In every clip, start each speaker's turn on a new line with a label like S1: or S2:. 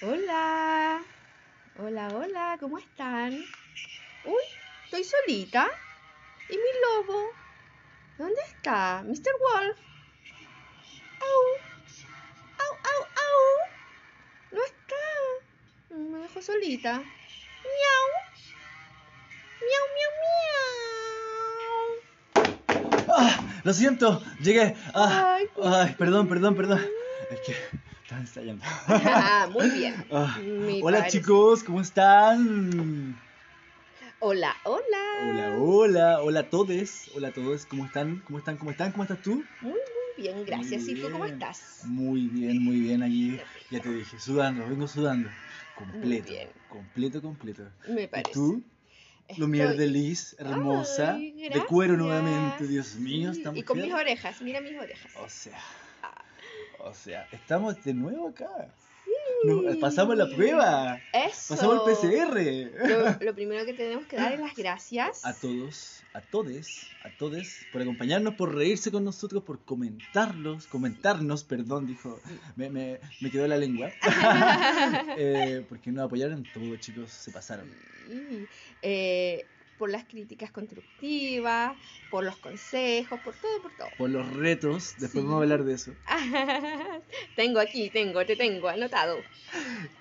S1: Hola, hola, hola, ¿cómo están? Uy, estoy solita. ¿Y mi lobo? ¿Dónde está? Mr. Wolf. Au, au, au, au. No está. Me dejó solita. Miau, miau, miau, miau.
S2: ¡Ah! Lo siento, llegué. ¡Ah!
S1: Ay, pues
S2: Ay, perdón, perdón, perdón. Es que estaba ensayando.
S1: Ah, muy bien.
S2: Ah,
S1: Me
S2: Hola
S1: parece.
S2: chicos, ¿cómo están?
S1: Hola, hola.
S2: Hola, hola, hola a todos. Hola a todos, ¿cómo están? ¿Cómo están? ¿Cómo están? ¿Cómo estás tú?
S1: Muy, muy bien, gracias.
S2: Muy
S1: ¿Y tú cómo
S2: bien.
S1: estás?
S2: Muy bien, muy bien allí. Ya te dije, sudando, vengo sudando. Completo,
S1: bien.
S2: completo, completo.
S1: Me
S2: Mm, ¿Y
S1: parece.
S2: tú? Lumier
S1: Estoy-
S2: de Liz, hermosa,
S1: Ay,
S2: de cuero
S1: gracias.
S2: nuevamente, Dios mío,
S1: Sí,
S2: esta
S1: Y con
S2: mujer. Oh,
S1: mis orejas, mira mis orejas.
S2: O sea, Ah. o sea, estamos de nuevo acá. No, pasamos la prueba.
S1: Eso.
S2: Pasamos el PCR.
S1: Lo, lo primero que tenemos que dar es las gracias.
S2: A todos, a todes, a todes, por acompañarnos, por reírse con nosotros, por comentarlos, comentarnos, perdón, dijo, me, me, me quedó la lengua. Eh, porque nos apoyaron todo, chicos, se pasaron.
S1: Y, eh, por las críticas constructivas, por los consejos, por todo, por todo.
S2: Por los retos, después
S1: Sí.
S2: vamos a hablar de eso.
S1: tengo aquí, tengo, te tengo, anotado.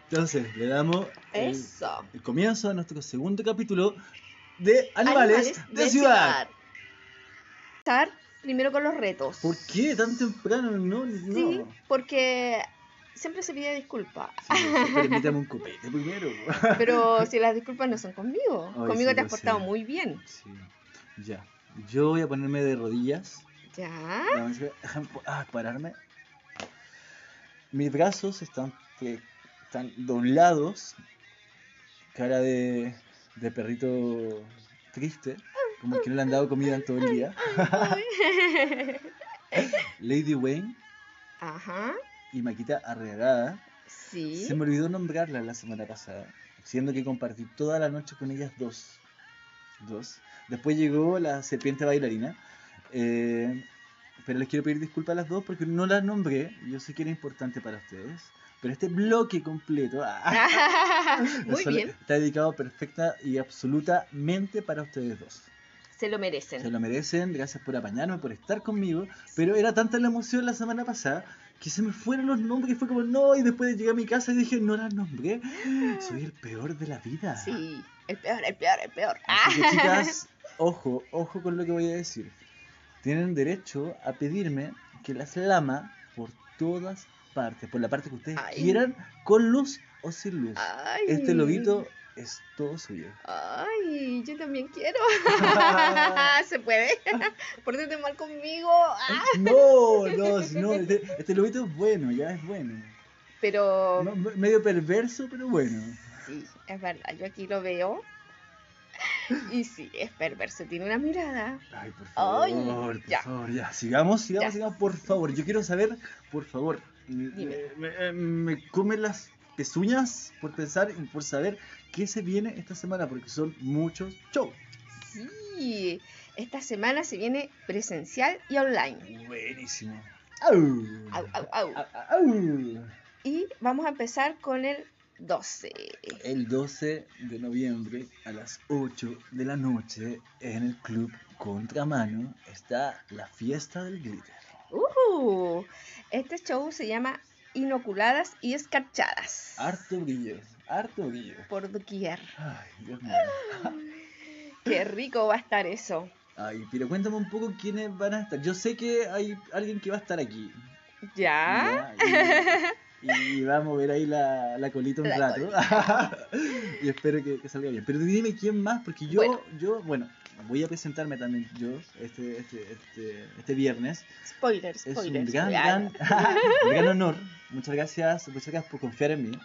S2: Entonces, le damos el,
S1: Eso.
S2: el comienzo a nuestro segundo capítulo de Animales, de, ciudad.
S1: Estar primero con los retos.
S2: ¿Por qué tan temprano? No,
S1: Sí,
S2: no.
S1: porque siempre se pide disculpa.
S2: Sí, pero invítame un copete primero.
S1: Pero si las disculpas no son conmigo.
S2: Ay,
S1: conmigo te
S2: sí, lo
S1: has portado
S2: sé.
S1: muy bien.
S2: Sí, ya. Yo voy a ponerme de rodillas.
S1: Ya.
S2: Déjame- déjame po- ah, pararme. Mis brazos están, eh, están doblados. Cara de, de perrito triste. Como que no le han dado comida en todo el día. Lady Wayne
S1: Ajá.
S2: y Maquita Arreagada.
S1: Sí.
S2: Se me olvidó nombrarla la semana pasada, siendo que compartí toda la noche con ellas dos. Dos. Después llegó la serpiente bailarina. eh, pero les quiero pedir disculpas a las dos porque no las nombré. Yo sé que era importante para ustedes. Pero este bloque completo ah,
S1: muy
S2: solo-
S1: bien.
S2: está dedicado perfecta y absolutamente para ustedes dos.
S1: Se lo merecen.
S2: Se lo merecen, gracias por apañarme, por estar conmigo. Pero era tanta la emoción la semana pasada que se me fueron los nombres, que fue como no. Y después llegué a mi casa y dije, no las nombré. Soy el peor de la vida.
S1: Sí. El peor, el peor, el peor.
S2: Así que, chicas, ojo, ojo con lo que voy a decir. Tienen derecho a pedirme que las lama por todas partes, por la parte que ustedes
S1: Ay.
S2: quieran, con luz o sin luz.
S1: Ay. Ah.
S2: Este lobito es todo suyo.
S1: Ay, yo también quiero. se puede. Pórtate mal conmigo. Ah,
S2: No, no, si no, este, este lobito es bueno, ya es bueno.
S1: Pero
S2: No, me- medio perverso, pero bueno.
S1: sí, es verdad. Yo aquí lo veo. Y sí, es perverso. Tiene una mirada.
S2: Ay, por favor,
S1: Ay,
S2: por
S1: ya.
S2: favor, ya. Sigamos, sigamos,
S1: Ya.
S2: sigamos, por favor. Yo quiero saber, por favor, ¿me, me, me comen las pezuñas por pensar y por saber qué se viene esta semana? Porque son muchos shows.
S1: Sí, esta semana se viene presencial y online.
S2: Buenísimo. Au.
S1: Au, au, au.
S2: Au, au.
S1: Y vamos a empezar con el 12.
S2: El 12 de noviembre a las 8 de la noche en el club Contramano está la fiesta del glitter.
S1: ¡Ujú! Este show se llama Inoculadas y Escarchadas.
S2: Harto brillo, harto brillo.
S1: Por doquier.
S2: Ay, Dios mío.
S1: Qué rico va a estar eso.
S2: Ay, pero cuéntame un poco quiénes van a estar. Yo sé que hay alguien que va a estar aquí.
S1: ¿Ya?
S2: Ya, Y, y va a mover ahí la, la colita un
S1: La
S2: rato. y espero que, que salga bien. Pero dime quién más, porque yo,
S1: Bueno.
S2: yo, bueno, voy a presentarme también yo este, este, este, este viernes.
S1: Spoiler,
S2: Es
S1: spoiler.
S2: un gran,
S1: spoiler.
S2: gran, un gran honor. Muchas gracias, muchas gracias por confiar en mí.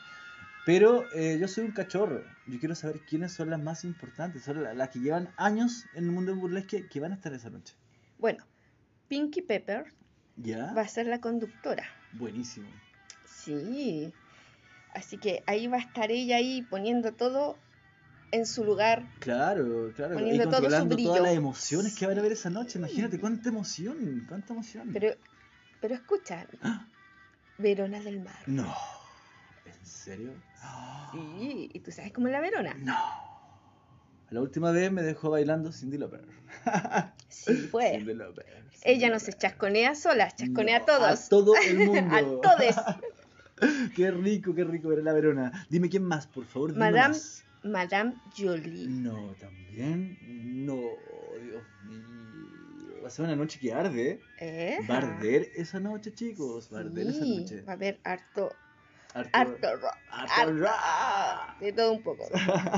S2: Pero eh, yo soy un cachorro. Yo quiero saber quiénes son las más importantes, son la- las, que llevan años en el mundo burlesque que van a estar esa noche.
S1: Bueno, Pinky Pepper
S2: ¿Ya?
S1: va a ser la conductora.
S2: Buenísimo.
S1: Sí. Así que ahí va a estar ella ahí poniendo todo en su lugar
S2: Claro, claro. Y
S1: Poniendo todo su
S2: controlando
S1: brillo.
S2: todas las emociones que van a haber esa noche.
S1: Sí.
S2: Imagínate cuánta emoción, cuánta emoción.
S1: Pero, pero escucha,
S2: ¡Ah!
S1: Verona del Mar.
S2: No. ¿En ¿En serio?
S1: Sí, y tú sabes cómo es la Verona.
S2: No. La última vez me dejó bailando Cindy Lauper.
S1: Sí, fue.
S2: Cindy Lauper.
S1: Ella no se chasconea sola, chasconea
S2: No,
S1: a todos.
S2: A todo el mundo.
S1: A todes.
S2: Qué rico, qué rico ver a la Verona. Dime quién más, por favor. dime
S1: Madame-
S2: más.
S1: Madame Jolie.
S2: No, también. No, Dios mío. Va a ser una noche que arde. ¿eh?
S1: ¿Eh?
S2: Va a arder esa noche, chicos. Va a arder esa
S1: Sí,
S2: noche.
S1: Va a haber harto,
S2: Harto-
S1: harto rock.
S2: harto
S1: harto-
S2: ra.
S1: De todo un poco.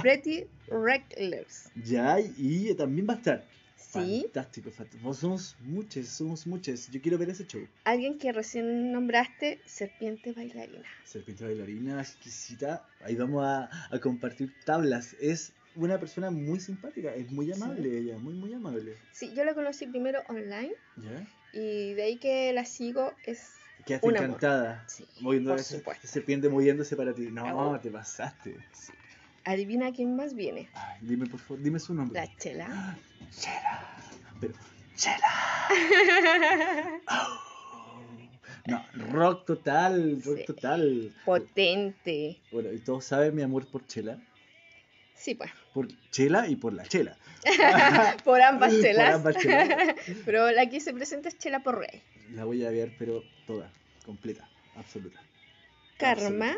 S1: Pretty Reckless.
S2: Ya, y también va a estar.
S1: Sí.
S2: Fantástico, fantástico. Vos somos muchos, somos muchos. Yo quiero ver ese show.
S1: Alguien que recién nombraste, Serpiente Bailarina.
S2: Serpiente bailarina, exquisita. Ahí vamos a, a compartir tablas. Es una persona muy simpática, es muy amable ella, muy, muy amable.
S1: Sí, yo la conocí primero online
S2: ¿Ya?
S1: y de ahí que la sigo es...
S2: Quedaste
S1: Un amor.
S2: encantada.
S1: Sí,
S2: Moviendo
S1: por
S2: esa-
S1: supuesto.
S2: serpiente moviéndose para ti. No,
S1: Ah.
S2: te pasaste.
S1: Adivina quién más viene.
S2: Ay, dime, por favor, dime su nombre.
S1: La Chela.
S2: Chela. Pero, Chela. Oh, No, rock total, rock
S1: Sí.
S2: total.
S1: Potente.
S2: Bueno, y todos saben mi amor por Chela.
S1: Sí, pues.
S2: Por Chela y por la Chela.
S1: Por ambas
S2: Por
S1: chelas.
S2: ambas chelas.
S1: Pero la que se presenta es Chela por Rey.
S2: La voy a ver, pero toda, completa, absoluta.
S1: Karma.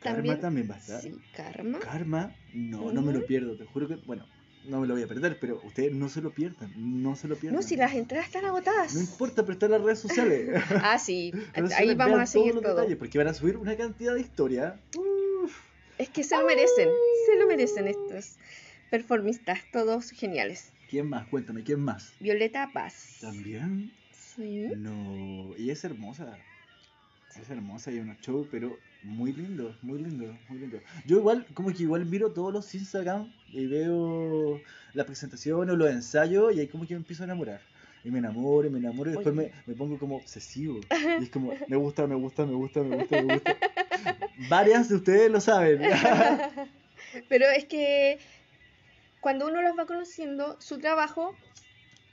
S2: Karma también va a estar.
S1: Sí, Karma.
S2: Ah, Karma, no, no me lo
S1: Ujú.
S2: pierdo, te juro que, bueno, no me lo voy a perder, pero ustedes no se lo pierdan, no se lo pierdan.
S1: No, si las entradas están agotadas.
S2: No importa, pero están las redes sociales.
S1: Ah, sí.
S2: Redes
S1: Ahí
S2: sociales,
S1: vamos
S2: vean
S1: a seguir
S2: todos los
S1: todo.
S2: detalles, porque van a subir una cantidad de historia. Uf,
S1: Es que se lo merecen. Se lo merecen estos performistas. Todos geniales.
S2: ¿Quién más? Cuéntame, ¿quién más?
S1: Violeta Paz.
S2: También,
S1: Sí.
S2: no, ella es hermosa. Es hermosa y hay unos shows, pero muy lindo, muy lindo, muy lindo. Yo igual, como que igual miro todos los Instagram y veo la presentación o los ensayos y ahí como que me empiezo a enamorar. Y me enamoro, y me enamoro y después me,
S1: Oye.
S2: me pongo como obsesivo. Y es como, me gusta, me gusta, me gusta, me gusta, me gusta. Varias de ustedes lo saben.
S1: Pero es que cuando uno los va conociendo, su trabajo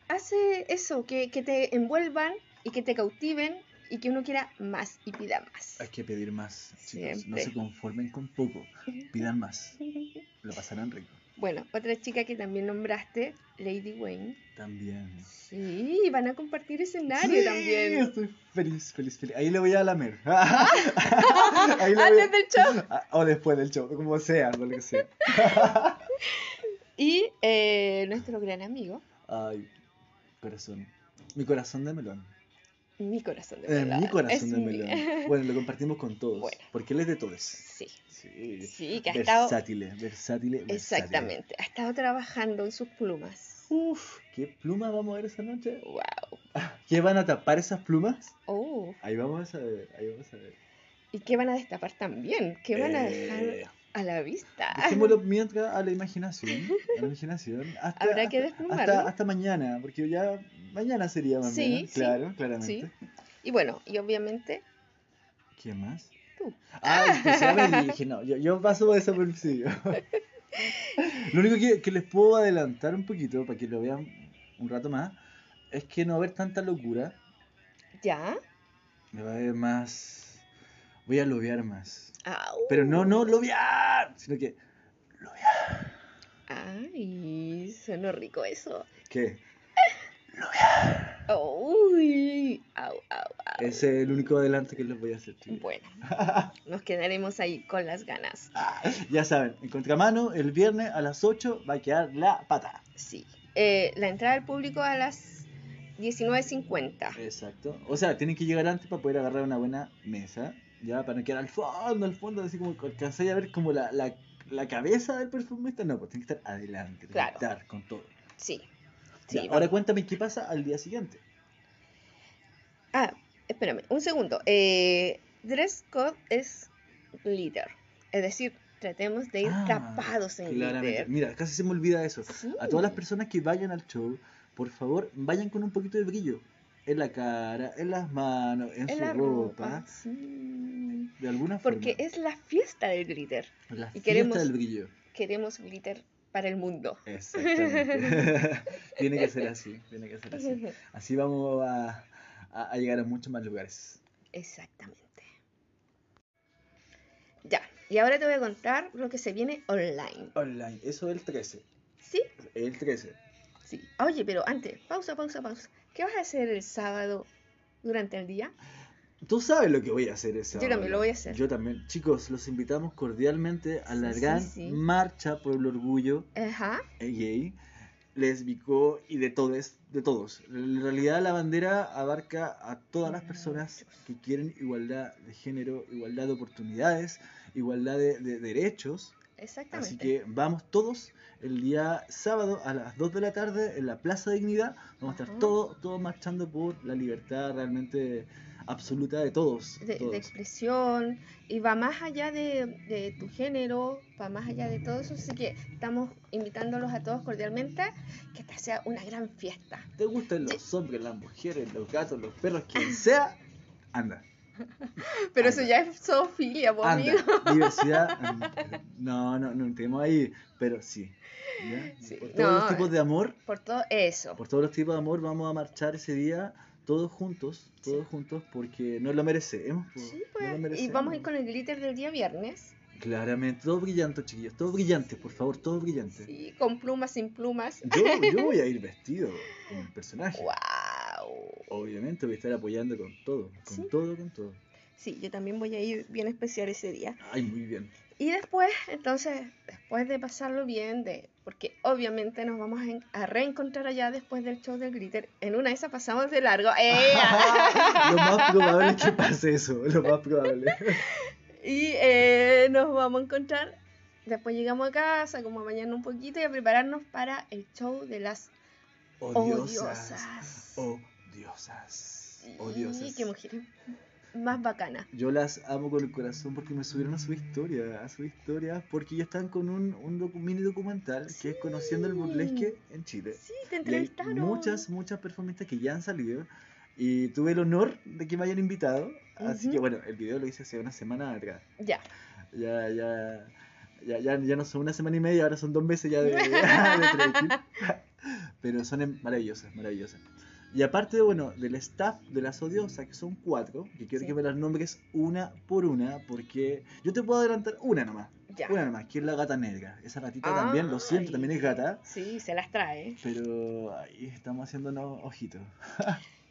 S1: hace eso, que, que te envuelvan y que te cautiven y que uno quiera más y pida más.
S2: Hay que pedir más, chicos. No
S1: Siempre.
S2: se conformen con poco. Pidan más. Lo pasarán rico.
S1: Bueno, otra chica que también nombraste, Lady Wayne.
S2: También.
S1: Sí, van a compartir escenario
S2: Mm. Sí,
S1: también.
S2: Estoy feliz, feliz, feliz. Ahí le voy a lamer. Ahí le
S1: Antes
S2: voy
S1: del show.
S2: a- Ah, O después del show, como sea, lo que sea.
S1: Y eh, nuestro gran amigo,
S2: Ay, corazón. Mi corazón de melón.
S1: mi corazón de
S2: Eh,
S1: melón.
S2: mi corazón
S1: Es
S2: de
S1: mi-
S2: melón. Bueno, lo compartimos con todos.
S1: Bueno.
S2: Porque él es de todos.
S1: Sí,
S2: Sí. eh,
S1: sí, que ha estado...
S2: Versátiles, versátiles, versátiles.
S1: Exactamente, ha estado trabajando en sus plumas.
S2: Uf, ¿qué plumas vamos a ver esa noche?
S1: Wow.
S2: ¿Qué van a tapar esas plumas?
S1: Oh.
S2: Ahí vamos a saber, ahí vamos a ver.
S1: ¿Y qué van a destapar también? ¿Qué van a
S2: Eh,
S1: dejar a la vista?
S2: Dejémoslo mientras a la imaginación. A la imaginación. Hasta,
S1: Habrá que
S2: hasta-
S1: desplumarlo.
S2: hasta, hasta mañana, porque ya mañana sería mañana.
S1: Sí, sí.
S2: claro, claramente.
S1: Y bueno, y obviamente
S2: ¿Quién más?
S1: Tú.
S2: Ah, empecé a ver y dije, no, yo, yo paso por esa por sí. Lo único que, que les puedo adelantar un poquito, para que lo vean un rato más, es que no va a haber tanta locura.
S1: ya.
S2: Me va a haber más. Voy a lobear más.
S1: Au.
S2: Pero no, no lobear, sino que.
S1: Ay, sonó rico eso.
S2: ¿Qué?
S1: Uy, au, au, au.
S2: Ese es el único adelanto que les voy a hacer. chicos.
S1: Bueno, nos quedaremos ahí con las ganas.
S2: Ah, Ya saben, en contramano, el viernes a las 8 va a quedar la pata.
S1: Sí. Eh, la entrada al público a las
S2: Eh.
S1: 19.50.
S2: Exacto. O sea, tienen que llegar antes para poder agarrar una buena mesa. Ya, para no quedar al fondo, al fondo, así como que alcanzáis a ver como la, la, la cabeza del perfumista. No, pues tienen que estar adelante, tienen
S1: Claro.
S2: que estar con todo.
S1: Sí. Sí,
S2: Ya,
S1: vamos.
S2: ahora cuéntame qué pasa al día siguiente.
S1: Ah, espérame, un segundo. Eh, dress code es glitter. Es decir, tratemos de ir
S2: Ah,
S1: tapados en
S2: Claramente.
S1: glitter.
S2: Mira, casi se me olvida eso.
S1: Sí.
S2: A todas las personas que vayan al show, por favor, vayan con un poquito de brillo. En la cara, en las manos, en,
S1: En
S2: su
S1: la
S2: ropa.
S1: ropa. sí.
S2: De alguna
S1: Porque
S2: forma.
S1: es la fiesta del glitter.
S2: La fiesta
S1: queremos-
S2: del brillo.
S1: Queremos glitter para el mundo.
S2: Exactamente. tiene que ser así, tiene que ser así. Así vamos a, a- a llegar a muchos más lugares.
S1: Exactamente. Y ahora te voy a contar lo que se viene online.
S2: Online, eso es el 13.
S1: ¿Sí?
S2: El 13.
S1: Sí. Ah, Oye, pero antes, pausa, pausa, pausa. ¿Qué vas a hacer el sábado durante el día?
S2: Tú sabes lo que voy a hacer ese
S1: Yo también lo voy a hacer.
S2: Yo también. Chicos, los invitamos cordialmente a
S1: Sí,
S2: la
S1: sí,
S2: gran
S1: sí.
S2: marcha por el orgullo
S1: Ajá.
S2: eh, gay, lésbico y de todos, de todos. En realidad la bandera abarca a todas las personas que quieren igualdad de género, igualdad de oportunidades, igualdad de, de derechos.
S1: Exactamente.
S2: Así que vamos todos el día sábado a las 2 de la tarde en la Plaza Dignidad. Vamos a estar
S1: Ajá.
S2: todos, todos marchando por la libertad realmente absoluta de todos.
S1: de, de
S2: todos.
S1: expresión y va más allá de, de tu género, va más allá de todo eso, así que estamos invitándolos a todos cordialmente que esta sea una gran fiesta.
S2: ¿Te gustan los hombres, las mujeres, los gatos, los perros, quien sea? Anda.
S1: Pero
S2: Anda.
S1: eso ya es zoofilia, por
S2: Anda,
S1: amigo.
S2: diversidad. anda. No, no, no entremos ahí, pero sí. ¿ya?
S1: Sí,
S2: Por todos los
S1: no, eh.
S2: tipos de amor,
S1: Por todo eso.
S2: por todos los tipos de amor, vamos a marchar ese día todos juntos, todos juntos, porque nos lo merecemos. po,
S1: Sí,
S2: nos lo
S1: pues, Y
S2: merecemos.
S1: vamos a ir con el glitter del día viernes.
S2: Claramente, todo brillante, chiquillos, todo brillante, por favor, todo brillante.
S1: Sí, con plumas, sin plumas.
S2: Yo, yo voy a ir vestido como un personaje.
S1: ¡Wow!
S2: Obviamente voy a estar apoyando con todo, con
S1: Sí.
S2: todo, con todo.
S1: Sí, yo también voy a ir bien especial ese día.
S2: Ay, muy bien.
S1: Y después, entonces, después de pasarlo bien, de, porque obviamente nos vamos a, en- a reencontrar allá después del show del glitter, en una de esas pasamos de largo. ¡eh!
S2: lo más probable es que pase eso, lo más probable.
S1: y eh, nos vamos a encontrar. Después llegamos a casa, como a mañana un poquito, y a prepararnos para el show de las
S2: Odiosas.
S1: odiosas.
S2: Odiosas.
S1: Y
S2: Odiosas.
S1: qué mujeres más bacanas.
S2: Yo las amo con el corazón porque me subieron a su historia, a su historia, porque ellas están con un, un docu- mini documental que es Conociendo el
S1: Sí.
S2: Burlesque en Chile.
S1: Sí, te
S2: Y hay
S1: entrevistaron.
S2: muchas, muchas performistas que ya han salido y tuve el honor de que me hayan invitado. Así
S1: Ujú.
S2: que bueno, el video lo hice hace una semana atrás.
S1: Ya.
S2: Ya, ya, ya, ya, ya no son una semana y media, ahora son dos meses ya de, de trekking. Pero son em- maravillosas, maravillosas. Y aparte, bueno, del staff de las odiosas, que son cuatro, que quiero
S1: Sí.
S2: que me las nombres una por una, porque yo te puedo adelantar una nomás,
S1: Ya.
S2: una nomás, que es la gata negra. Esa gatita también, lo siento,
S1: Ay.
S2: también es gata,
S1: Sí, se las trae.
S2: pero ahí estamos haciéndonos ojitos.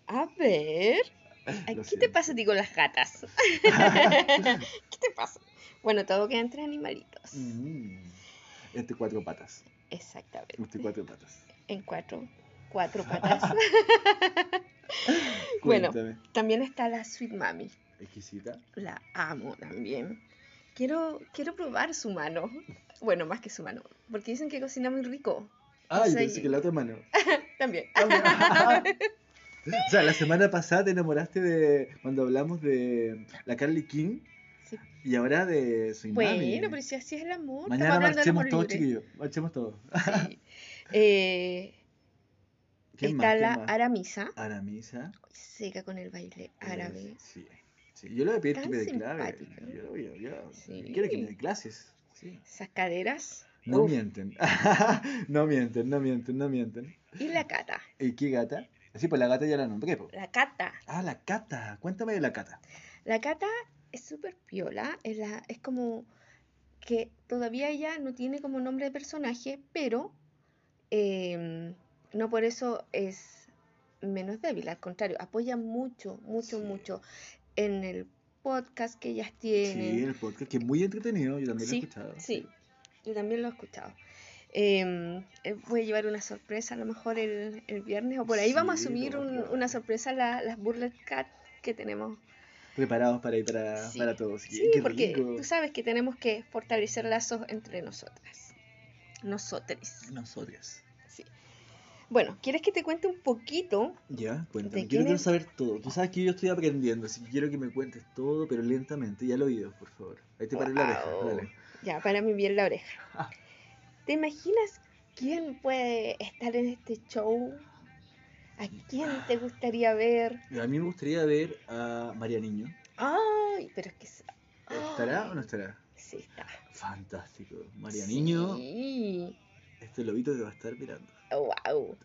S1: A ver. Ay,
S2: Ah, Lo
S1: ¿Qué te
S2: siento.
S1: pasa a ti con las gatas? ¿Qué te pasa? Bueno, todo queda entre animalitos.
S2: Mm. Este cuatro patas,
S1: Exactamente.
S2: este cuatro patas.
S1: En cuatro, cuatro patas. Bueno.
S2: Cuéntame,
S1: también está la Sweet Mami.
S2: exquisita.
S1: La amo también. Quiero, quiero probar su mano. Bueno, más que su mano. Porque dicen que cocina muy rico.
S2: Ah, yo
S1: Soy-
S2: pensé que la otra mano. Ah,
S1: También.
S2: o sea, la semana pasada te enamoraste de cuando hablamos de la Carly King
S1: Sí.
S2: y ahora de su
S1: Bueno, pero si así es el amor.
S2: Mañana
S1: estamos hablando de
S2: marchemos
S1: amor
S2: todos,
S1: libre.
S2: chiquillos. Marchemos todos.
S1: Sí. Eh,
S2: ¿Quién
S1: está
S2: más? ¿Quién
S1: la
S2: más?
S1: Aramisa.
S2: Aramisa.
S1: Seca con el baile
S2: eh,
S1: árabe.
S2: sí. sí. Yo le voy a pedir
S1: Tan
S2: que me dé claves.
S1: simpática.
S2: Yo, lo voy a- yo-
S1: Sí.
S2: yo quiero que me dé clases. Sí.
S1: Esas caderas.
S2: No
S1: Uf.
S2: mienten. no mienten, no mienten, no mienten.
S1: Y la cata.
S2: ¿Y qué gata? Sí, pues la gata ya la nombré. po.
S1: La cata.
S2: Ah, la cata. Cuéntame de la cata.
S1: La cata es súper piola. Es, la, es como que todavía ella no tiene como nombre de personaje, pero eh, no por eso es menos débil. Al contrario, apoya mucho, mucho,
S2: Sí.
S1: mucho en el podcast que ellas
S2: Sí,
S1: tienen.
S2: el podcast que es muy entretenido, yo
S1: Eh,
S2: también
S1: Sí,
S2: lo he escuchado.
S1: sí. Yo también lo he escuchado. Eh, eh, voy a llevar una sorpresa a lo mejor el, el viernes o por ahí vamos a
S2: Sí,
S1: subir
S2: lo
S1: un-
S2: creo.
S1: una sorpresa a la- las Burlet Cat que tenemos
S2: Preparados para ir para,
S1: Sí.
S2: para todos.
S1: Sí,
S2: qué
S1: porque
S2: rico.
S1: tú sabes que tenemos que fortalecer lazos entre nosotras. Nosotras.
S2: Nosotras.
S1: Sí. Bueno, ¿quieres que te cuente un poquito?
S2: Ya,
S1: ¿De
S2: cuéntame.
S1: quién
S2: Quiero, quiero
S1: es?
S2: saber todo. Tú sabes que yo estoy aprendiendo, así que quiero que me cuentes todo, pero lentamente y al oído, por favor. Ahí te paré la oreja.
S1: Guau.
S2: dale.
S1: Ya, para mí bien la oreja. ¿Te imaginas quién puede estar en este show? ¿A quién te gustaría ver?
S2: A mí me gustaría ver a María Niño.
S1: Ay, pero es que... es-
S2: ¿Estará
S1: Ay,
S2: o no estará?
S1: Sí, está.
S2: Fantástico. María Niño,
S1: Sí.
S2: este lobito te va a estar mirando.
S1: Wow.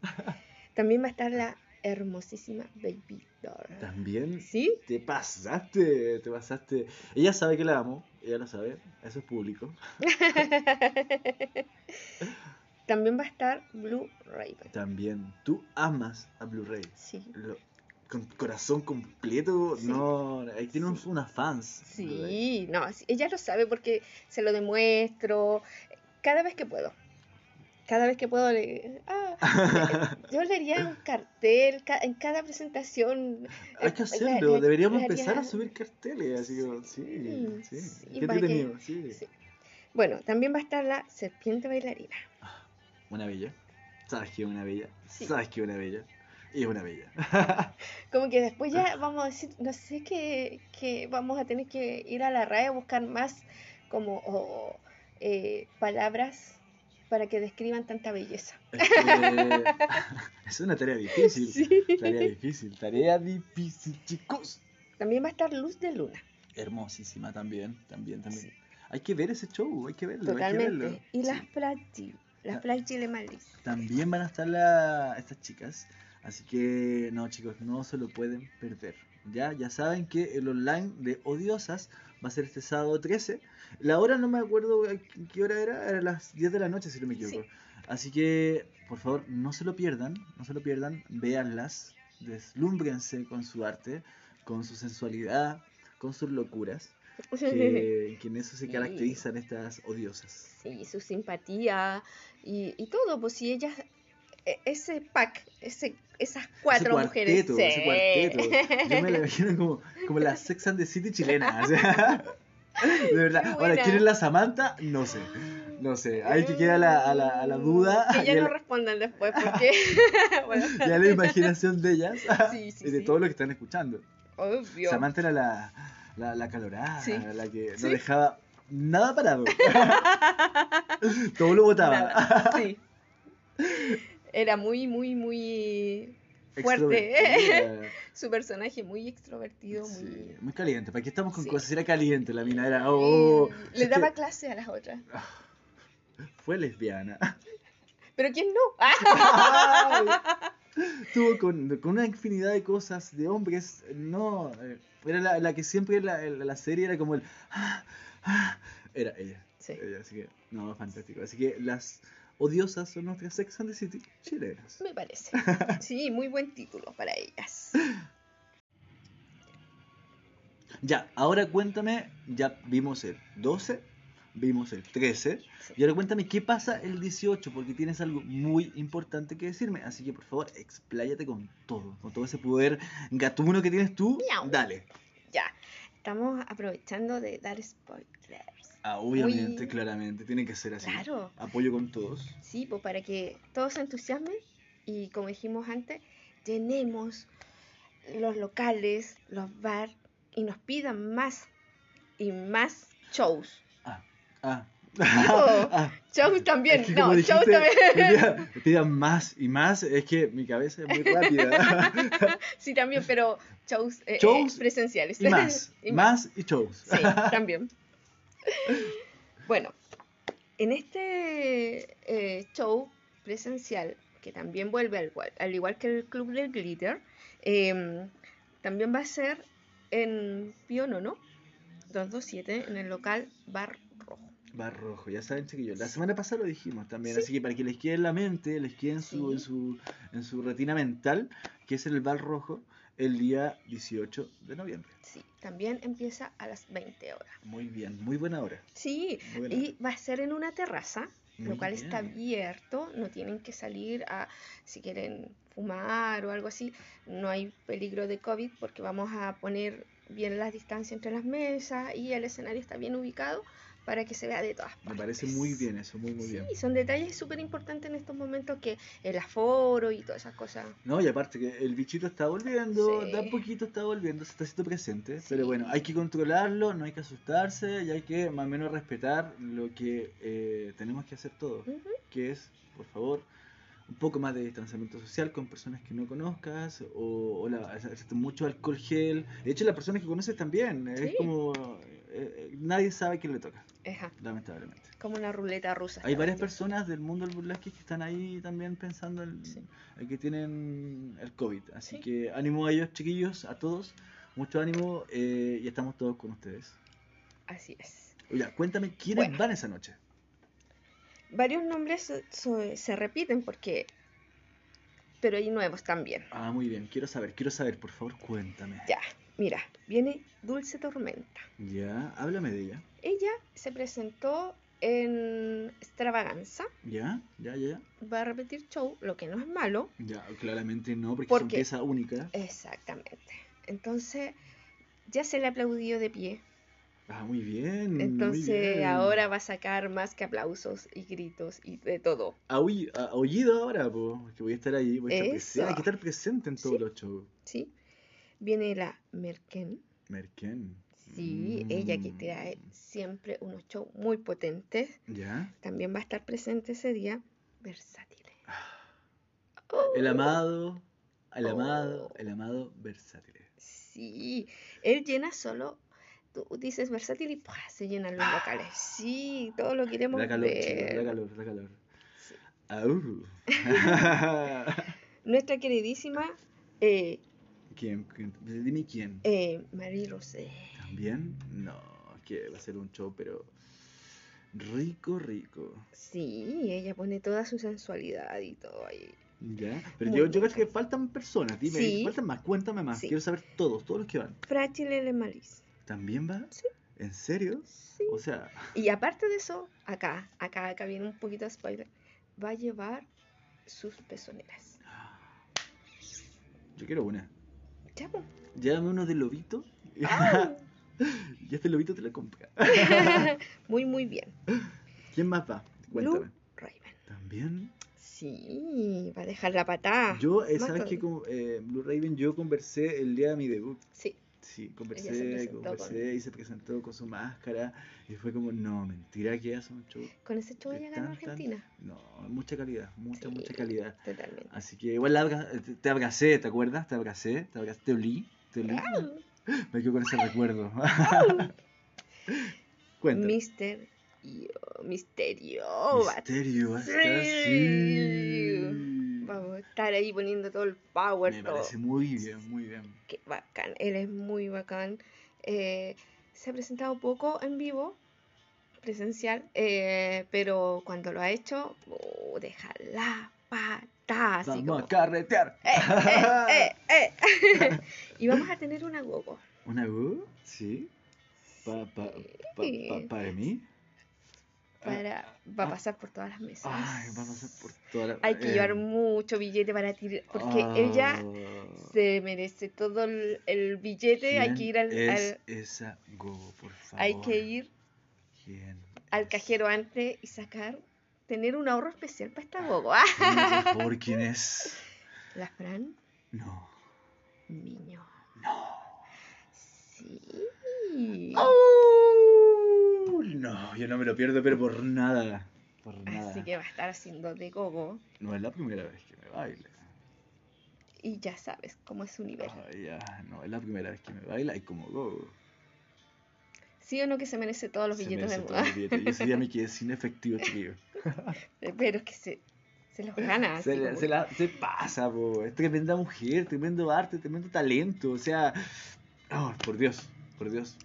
S1: También va a estar la hermosísima Baby Doll.
S2: También
S1: ¿Sí?
S2: te pasaste, te pasaste. Ella sabe que la amo. ya lo sabe, eso es público.
S1: También va a estar Blue Raven.
S2: También, tú amas a Blu-ray.
S1: Sí.
S2: Lo- Con corazón completo,
S1: Sí.
S2: no. Ahí tiene un-
S1: Sí.
S2: unas fans. Blu-ray.
S1: Sí, no, sí, ella lo sabe porque se lo demuestro cada vez que puedo. Cada vez que puedo le- ah, yo le haría un cartel ca- en cada presentación.
S2: Hay que
S1: eh,
S2: hacerlo,
S1: le- le-
S2: deberíamos
S1: le
S2: empezar a
S1: haría-
S2: subir carteles, así como, sí, sí.
S1: Sí, sí,
S2: Qué
S1: para que-
S2: entretenido, sí.
S1: sí. Bueno, también va a estar la serpiente bailarina.
S2: Una bella. Sabes que es una bella.
S1: Sí.
S2: Sabes que es una bella. Y es una bella.
S1: Como que después
S2: Ah.
S1: ya vamos a decir, no sé qué, que vamos a tener que ir a la RAE a buscar más como o, eh, palabras para que describan tanta belleza.
S2: Es, que- eh, es una tarea difícil. Tarea difícil, tarea difícil, chicos.
S1: También va a estar Luz de Luna.
S2: Hermosísima también, también, también. Hay que ver ese show, hay que verlo, hay que verlo.
S1: Totalmente. Y
S2: Sí.
S1: las Prati, las
S2: Ah.
S1: Prati de Madrid.
S2: También van a estar la- estas chicas. Así que no, chicos, no se lo pueden perder. Ya, ya saben que el online de Odiosas va a ser este sábado 13. La hora no me acuerdo a qué- qué hora era, era las 10 de la noche, si no me equivoco.
S1: Sí.
S2: Así que, por favor, no se lo pierdan, no se lo pierdan, véanlas, deslúmbrense con su arte, con su sensualidad, con sus locuras, que, que en eso se
S1: Sí.
S2: caracterizan estas odiosas.
S1: Sí, su simpatía y, y todo, pues si ellas, e- ese pack, ese, esas cuatro
S2: ese
S1: mujeres.
S2: cuarteto, ese
S1: sí.
S2: cuarteto. Yo me la imagino como, como la Sex and the City chilena. o sea, de
S1: Qué
S2: verdad. Ahora,
S1: buena.
S2: ¿quién es la Samantha? No sé. No sé. Hay que quedar a la, a la, a la duda
S1: Mm, Que
S2: y
S1: ya
S2: a
S1: no
S2: la,
S1: respondan después, porque. bueno,
S2: y a la imaginación de ellas
S1: Sí, sí,
S2: y de
S1: sí.
S2: todos los que están escuchando.
S1: obvio.
S2: Samantha era la, la, la calorada,
S1: Sí.
S2: la que no
S1: Sí.
S2: dejaba nada parado. Todo lo botaba. Ah,
S1: Nada, sí. Era muy, muy, fuerte.
S2: Extrovertida.
S1: Su personaje muy extrovertido,
S2: Sí,
S1: muy.
S2: muy caliente. ¿Para qué estamos con
S1: Sí.
S2: cosas? Era caliente la mina, era. Oh,
S1: le
S2: si es que-
S1: daba clase a las otras.
S2: Fue lesbiana.
S1: Pero ¿quién no? ¡Ah!
S2: Tuvo con, con una infinidad de cosas, de hombres. No, eh, era la, la que siempre la, la- la serie era como el. ah, ah, era ella,
S1: Sí.
S2: ella, Así que, no, fantástico. Así que las odiosas son nuestras Sex and the City chilenas.
S1: Me parece. Sí, muy buen título para ellas.
S2: Ya, ahora cuéntame, ya vimos el 12, vimos el 13,
S1: Sí.
S2: y ahora cuéntame qué pasa el 18, porque tienes algo muy importante que decirme, así que por favor, expláyate con todo, con todo ese poder gatuno que tienes tú,
S1: Miau.
S2: dale.
S1: Ya. Estamos aprovechando de dar spoilers.
S2: Ah, obviamente,
S1: Uy.
S2: claramente, tiene que ser así.
S1: Claro.
S2: Apoyo con todos.
S1: Sí, pues para que todos se entusiasmen y como dijimos antes, llenemos los locales, los bars y nos pidan más y más shows.
S2: Ah, ah.
S1: Digo,
S2: ah.
S1: Shows también,
S2: Es que
S1: no,
S2: como
S1: shows
S2: dijiste,
S1: también.
S2: Pidan, pidan más y más, es que mi cabeza es muy rápida.
S1: Sí, también, pero shows, eh, eh,
S2: Shows
S1: presenciales.
S2: y más,
S1: Y
S2: más y shows.
S1: Sí, también. Bueno, en este eh, show presencial, que también vuelve al, igual- al igual que el Club del Glitter, eh, también va a ser en Pío Nono, 227, en el local Bar Rojo.
S2: Bar rojo, ya saben, chiquillos. La semana pasada lo dijimos también,
S1: Sí.
S2: así que para que les quede en la mente, les quede en su, en
S1: Sí.
S2: su, en su retina mental, que es en el bar rojo el día 18 de noviembre.
S1: Sí, también empieza a las 20 horas.
S2: Muy bien, muy buena hora.
S1: Sí,
S2: muy buena
S1: y va a ser en una terraza,
S2: Muy
S1: lo cual está
S2: bien.
S1: abierto, no tienen que salir a, si quieren fumar o algo así, no hay peligro de COVID porque vamos a poner bien las distancias entre las mesas y el escenario está bien ubicado para que se vea de todas partes.
S2: Me parece muy bien eso, muy, muy bien.
S1: Sí, son detalles súper importantes en estos momentos que el aforo y todas esas cosas.
S2: No, y aparte que el bichito está volviendo,
S1: Sí.
S2: de a poquito está volviendo, se está haciendo presente,
S1: Sí.
S2: pero bueno, hay que controlarlo, no hay que asustarse y hay que más o menos respetar lo que eh, tenemos que hacer todos,
S1: Ujú.
S2: que es, por favor, un poco más de distanciamiento social con personas que no conozcas o, o la- hacer mucho alcohol gel. De hecho, las personas que conoces también, es
S1: Sí.
S2: como... eh, eh, nadie sabe quién le toca,
S1: Ajá,
S2: lamentablemente.
S1: como una ruleta rusa.
S2: Hay
S1: esta
S2: varias
S1: cuestión.
S2: personas del mundo del burlesque que están ahí también pensando en,
S1: Sí.
S2: en que tienen el COVID. Así
S1: Sí.
S2: que ánimo a ellos, chiquillos, a todos. Mucho ánimo eh, y estamos todos con ustedes.
S1: Así es.
S2: Ya, cuéntame quiénes
S1: Bueno.
S2: van esa noche.
S1: Varios nombres so- so- se repiten porque... Pero hay nuevos también.
S2: Ah, muy bien, quiero saber, quiero saber, por favor, cuéntame.
S1: Ya, mira, viene Dulce Tormenta.
S2: Ya, háblame de ella.
S1: Ella se presentó en Extravaganza.
S2: Ya, ya, ya,
S1: Va a repetir show, lo que no es malo.
S2: ya. Claramente no, porque
S1: ¿Por
S2: son
S1: qué?
S2: pieza única.
S1: Exactamente. Entonces, ya se le aplaudió de pie.
S2: Ah, muy bien, muy
S1: Entonces,
S2: bien.
S1: ahora va a sacar más que aplausos y gritos y de todo.
S2: A oí- a- a Ah, oído ahora, po, que voy a estar ahí, voy a estar presente.
S1: Eso.
S2: Hay que estar presente en todos
S1: Sí.
S2: los shows.
S1: ¿Sí? Viene la Merken.
S2: Merken.
S1: Sí, ella que
S2: Mm.
S1: trae siempre unos shows muy potentes.
S2: Ya.
S1: También va a estar presente ese día. Oh, Versátiles.
S2: El amado, el
S1: Oh.
S2: amado, el amado versátil.
S1: Sí, él llena solo, tú dices versátil y ¡pua! se llenan los locales. Sí, todo lo queremos
S2: La calor, chicos,
S1: ver.
S2: la calor, la calor.
S1: Sí.
S2: Au.
S1: Nuestra queridísima eh,
S2: ¿Quién? ¿Quién? Dime quién.
S1: eh, Marie Rosé.
S2: ¿También? No, es que va a ser un show, pero rico, rico.
S1: Sí, ella pone toda su sensualidad y todo ahí.
S2: ¿Ya? Pero
S1: Muy
S2: yo, yo
S1: rico.
S2: creo que faltan personas, dime,
S1: Sí.
S2: faltan más, cuéntame más.
S1: Sí.
S2: Quiero saber todos, todos los que van.
S1: Frágil Le Malice.
S2: ¿También va?
S1: Sí.
S2: ¿En serio?
S1: Sí.
S2: O sea,
S1: Y aparte de eso, acá, acá, acá viene un poquito de spoiler, va a llevar sus pezoneras.
S2: yo quiero una.
S1: Ya, po.
S2: Llévame uno de lobito.
S1: ¡Au!
S2: y este lobito te lo compra.
S1: Muy, muy bien.
S2: ¿Quién más va?
S1: Blue
S2: Cuéntame.
S1: Raven.
S2: ¿También?
S1: Sí, va a dejar la patada.
S2: Yo, eh,
S1: Ah, más
S2: ¿sabes qué?
S1: todavía.
S2: Con, eh, Blue Raven, yo conversé el día de mi debut.
S1: Sí,
S2: Sí,
S1: presentó
S2: conversé,
S1: con-
S2: conversé y se presentó con su máscara. Y fue como, no, mentira que hace un show.
S1: con ese show
S2: de
S1: ella ganó
S2: tan, tan-
S1: Argentina.
S2: No, mucha calidad, mucha,
S1: Sí,
S2: mucha calidad.
S1: Totalmente.
S2: Así que igual la abra- te, te abracé, ¿te acuerdas? Te abracé, te abracé, te olí, te olí.
S1: Au.
S2: Me quedo con ese recuerdo. Cuéntame.
S1: Mister Yo- Misterio. va a-
S2: Misterio, va a estar
S1: Sí.
S2: así.
S1: Vamos a estar ahí poniendo todo el power.
S2: Me
S1: todo.
S2: parece muy bien, muy bien.
S1: Qué bacán. Él es muy bacán. Eh, se ha presentado poco en vivo, presencial, eh, pero cuando lo ha hecho, oh, deja la patada. así
S2: Vamos a
S1: como,
S2: carretear.
S1: eh, eh, eh. y vamos a tener una gogo.
S2: ¿Una U? Sí. Pa, pa, pa, pa- ¿Para mí?
S1: para,
S2: Ah,
S1: va
S2: ah,
S1: a pasar por todas las mesas.
S2: Ay, vamos a por toda la...
S1: Hay que
S2: eh,
S1: llevar mucho billete para tirar, porque
S2: ah,
S1: ella se merece todo el, el billete. Hay que
S2: Oh. ¿quién
S1: ir al,
S2: es
S1: al-
S2: esa Go, por favor?
S1: hay que ir
S2: ¿Quién
S1: al
S2: es?
S1: cajero antes y sacar, tener un ahorro especial para
S2: Ah.
S1: esta gogo.
S2: Dime, por favor, ¿quién es?
S1: La Fran
S2: No.
S1: Miño.
S2: No. Oh,
S1: Sí.
S2: Au, No, yo no me lo pierdo, pero por nada. Por nada.
S1: Así que va a estar haciendo de gogo.
S2: No es la primera vez que me baila.
S1: Y ya sabes cómo es su nivel.
S2: Ay, Ah, ya, no es la primera vez que me baila y como go.
S1: ¿Sí o no que se merece todos los
S2: Se
S1: billetes
S2: me
S1: del
S2: hizo todo el
S1: mundo?
S2: billete. Yo ese día me quedé sin efectivo, chiquillo.
S1: Pero es que se, se los gana.
S2: Se,
S1: así
S2: la-
S1: como-
S2: se la- se pasa, po. Es tremenda mujer, tremendo arte, tremendo talento. O sea, oh, por Dios, por Dios.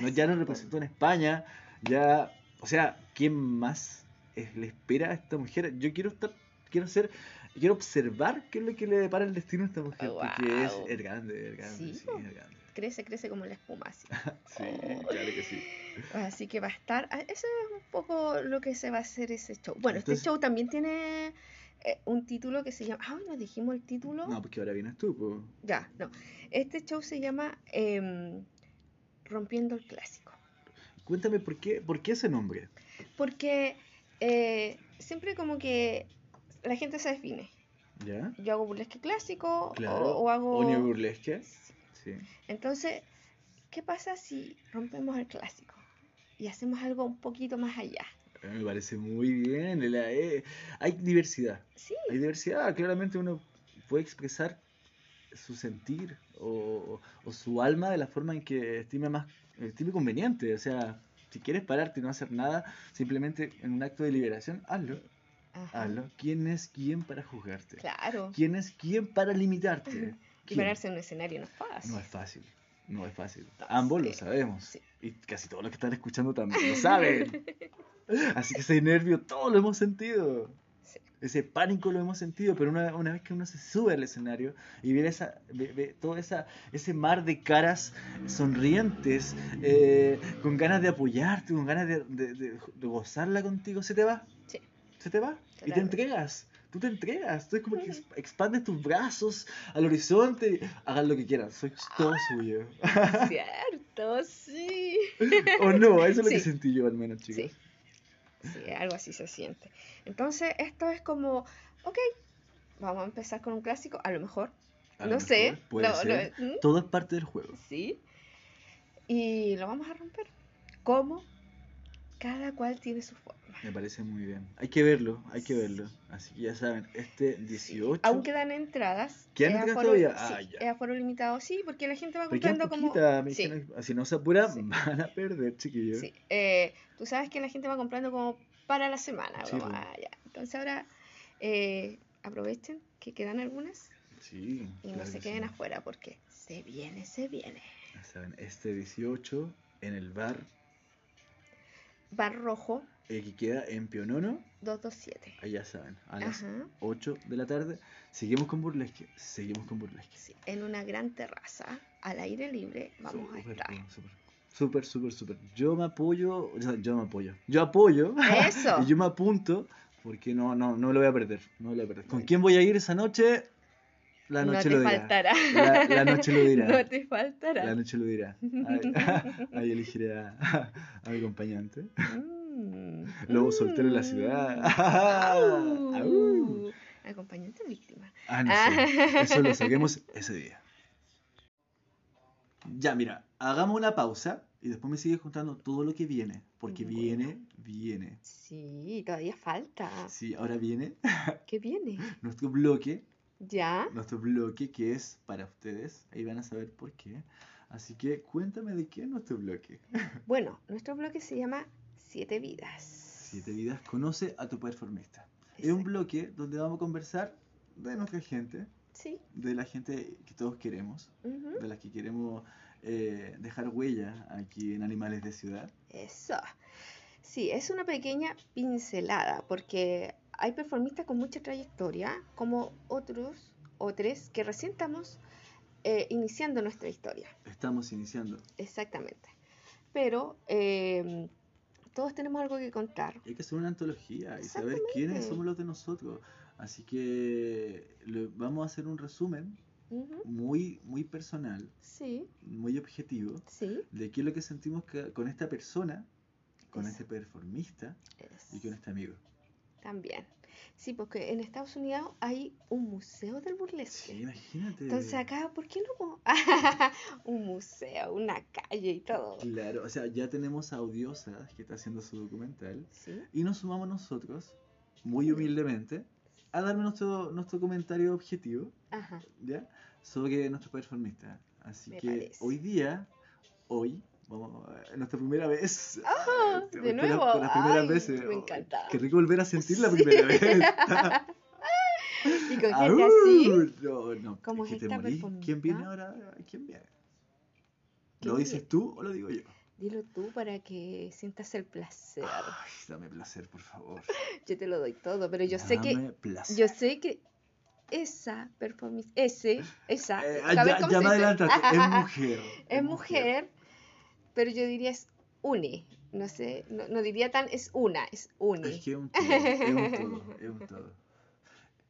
S2: No, ya
S1: Así
S2: nos
S1: como-
S2: representó en España. Ya, o sea, ¿quién más es- le espera a esta mujer? Yo quiero estar, quiero ser, quiero observar qué es lo que le depara el destino a esta mujer.
S1: Oh,
S2: Porque es,
S1: wow.
S2: es grande, es grande,
S1: Sí,
S2: sí,
S1: po.
S2: es grande.
S1: Crece, crece como la espuma. Así.
S2: Sí, claro que sí.
S1: Así que va a estar. ah, Eso es un poco lo que se va a hacer ese show. Bueno,
S2: Entonces-
S1: este show también tiene eh, un título que se llama. Ah, no dijimos el título.
S2: No, porque ahora vienes tú, po.
S1: Ya, no. Este show se llama em, Rompiendo el Clásico.
S2: Cuéntame por qué, por qué ese nombre.
S1: Porque eh, siempre como que la gente se define.
S2: ¿Ya?
S1: Yo hago burlesque clásico
S2: Claro.
S1: Oh, o, o hago...
S2: O neoburlesque. Sí.
S1: Entonces, ¿qué pasa si rompemos el clásico? Y hacemos algo un poquito más allá.
S2: Eh, Me parece muy bien. la- eh, hay diversidad.
S1: Sí,
S2: Hay diversidad. Claramente uno puede expresar su sentir o, o su alma de la forma en que estime más estime conveniente. O sea, si quieres pararte y no hacer nada, simplemente en un acto de liberación, hazlo.
S1: ajá,
S2: Hazlo. ¿Quién es quién para juzgarte?
S1: claro.
S2: ¿Quién es quién para limitarte?
S1: Y
S2: ¿Quién?
S1: pararse en un escenario no es fácil.
S2: No es fácil. No es fácil.
S1: Entonces,
S2: Ambos lo sabemos.
S1: sí.
S2: Y casi todos los que están escuchando también lo saben. Así que ese nervio todo lo hemos sentido.
S1: Sí.
S2: Ese pánico lo hemos sentido, pero una, una vez que uno se sube al escenario y ve, esa, ve, ve todo esa, ese mar de caras sonrientes, eh, con ganas de apoyarte, con ganas de, de- de- de gozarla contigo, se te va.
S1: Sí.
S2: Se te va. Y te
S1: Totalmente.
S2: entregas. Tú te entregas. Tú es como que ex- expandes tus brazos al horizonte. Hagan lo que quieran. Soy
S1: Ah.
S2: todo suyo.
S1: Cierto, sí.
S2: o no, eso es lo que
S1: Sí.
S2: sentí yo al menos, chicos.
S1: Sí. Sí, algo así se siente. Entonces, esto es como, ok, vamos a empezar con un clásico, a lo mejor.
S2: A
S1: no
S2: lo
S1: sé.
S2: mejor, puede
S1: lo- lo-
S2: ser.
S1: ¿Mm?
S2: Todo es parte del juego.
S1: Sí. Y lo vamos a romper. ¿Cómo? Cada cual tiene su forma.
S2: Me parece muy bien. Hay que verlo, hay que verlo. Así que ya saben, este 18.
S1: Aún quedan entradas.
S2: ¿Quedan
S1: es
S2: entradas
S1: aforo-
S2: todavía?
S1: sí,
S2: Ah, ya.
S1: es aforo limitado, sí, porque la gente va
S2: Pero quedan
S1: comprando como.
S2: poquitas, me
S1: sí,
S2: dijeron, si no se apura,
S1: Sí.
S2: van a perder, chiquillos.
S1: sí. Eh, tú sabes que la gente va comprando como para la semana.
S2: Sí,
S1: como,
S2: pues.
S1: ah, ya. Entonces ahora eh, aprovechen que quedan algunas
S2: Sí,
S1: y no
S2: claro
S1: se
S2: que sí.
S1: queden afuera porque se viene, se viene.
S2: Ya saben, este 18 en el bar
S1: Bar Rojo
S2: eh, que queda en Pionono.
S1: 227.
S2: Allá saben, a las
S1: Ajá.
S2: 8 de la tarde. Seguimos con burlesque, seguimos con burlesque.
S1: Sí, en una gran terraza, al aire libre, vamos a
S2: Súper,
S1: estar.
S2: bueno, súper. Súper, súper, súper. Yo me apoyo, o sea, yo me apoyo. Yo apoyo.
S1: Eso.
S2: Y yo me apunto porque no, no, no lo voy a perder. No lo voy a perder. ¿Con
S1: Bueno.
S2: quién voy a ir esa noche? La
S1: no te
S2: noche lo dirá.
S1: faltará.
S2: La, la noche lo dirá.
S1: No te faltará.
S2: La noche lo dirá. Ahí, ahí elegiré a, a mi acompañante.
S1: Mm,
S2: Lobo soltero en la
S1: mm.
S2: ciudad.
S1: Au.
S2: Au.
S1: Acompañante víctima.
S2: Ah, no sé.
S1: Ah.
S2: Eso lo saquemos ese día. Ya, mira, hagamos una pausa y después me sigues contando todo lo que viene. Porque
S1: Bueno.
S2: viene, viene.
S1: Sí, todavía falta.
S2: Sí, ahora viene
S1: ¿Qué viene?
S2: nuestro bloque
S1: ¿Ya?
S2: nuestro bloque que es para ustedes. Ahí van a saber por qué. Así que cuéntame de qué es nuestro bloque.
S1: Bueno, nuestro bloque se llama Siete Vidas.
S2: Siete vidas, conoce a tu performista. Es un bloque donde vamos a conversar de nuestra gente,
S1: Sí.
S2: de la gente que todos queremos,
S1: ujú.
S2: de las que queremos eh, dejar huella aquí en Animales de Ciudad.
S1: Eso. Sí, es una pequeña pincelada porque hay performistas con mucha trayectoria, como otros, otros que recién estamos eh, iniciando nuestra historia.
S2: Estamos iniciando.
S1: Exactamente. Pero eh, todos tenemos algo que contar.
S2: Hay que hacer una antología y saber quiénes
S1: Exactamente.
S2: somos los de nosotros. Así que le- vamos a hacer un resumen
S1: Ujú,
S2: muy, muy personal,
S1: Sí,
S2: muy objetivo,
S1: sí.
S2: de qué es lo que sentimos que- con esta persona, con
S1: Eso.
S2: este performista
S1: es-
S2: y con este amigo.
S1: También. Sí, porque en Estados Unidos hay un museo del burlesque.
S2: Sí, imagínate.
S1: Entonces acá, ¿por qué no? un museo, una calle y todo.
S2: Claro, o sea, ya tenemos a Odiosa que está haciendo su documental
S1: Sí,
S2: y nos sumamos nosotros, muy humildemente, a darme nuestro, nuestro comentario objetivo,
S1: ajá.
S2: ¿ya? Sobre nuestro performista. Así
S1: Me
S2: que
S1: parece.
S2: hoy día, hoy, vamos, eh, nuestra primera vez.
S1: Ah,
S2: Ay,
S1: de
S2: con Este, la-
S1: nuevo.
S2: con las primeras
S1: Ay,
S2: veces.
S1: me
S2: Ay,
S1: encanta.
S2: oh, Qué rico volver a sentir la primera vez.
S1: Y con gente
S2: ¡Au!
S1: así,
S2: No, no,
S1: como
S2: es que
S1: es
S2: te
S1: esta
S2: morís. ¿Quién
S1: performista?
S2: viene ahora? ¿Quién viene? ¿Lo
S1: ¿Quién
S2: dices
S1: viene?
S2: tú o lo digo yo?
S1: dilo tú para que sientas el placer.
S2: Ay, dame placer, por favor.
S1: Yo te lo doy todo, pero yo sé que
S2: Dame placer.
S1: yo sé que esa performance, ese, esa,
S2: Eh, ah,
S1: a ver
S2: ya
S1: cómo
S2: ya
S1: se
S2: me
S1: dice.
S2: adelantaste. Es mujer.
S1: Es mujer, pero yo diría es une. No sé, no, no diría tan es una, es une.
S2: Es que es un todo. Es un todo. Es un todo.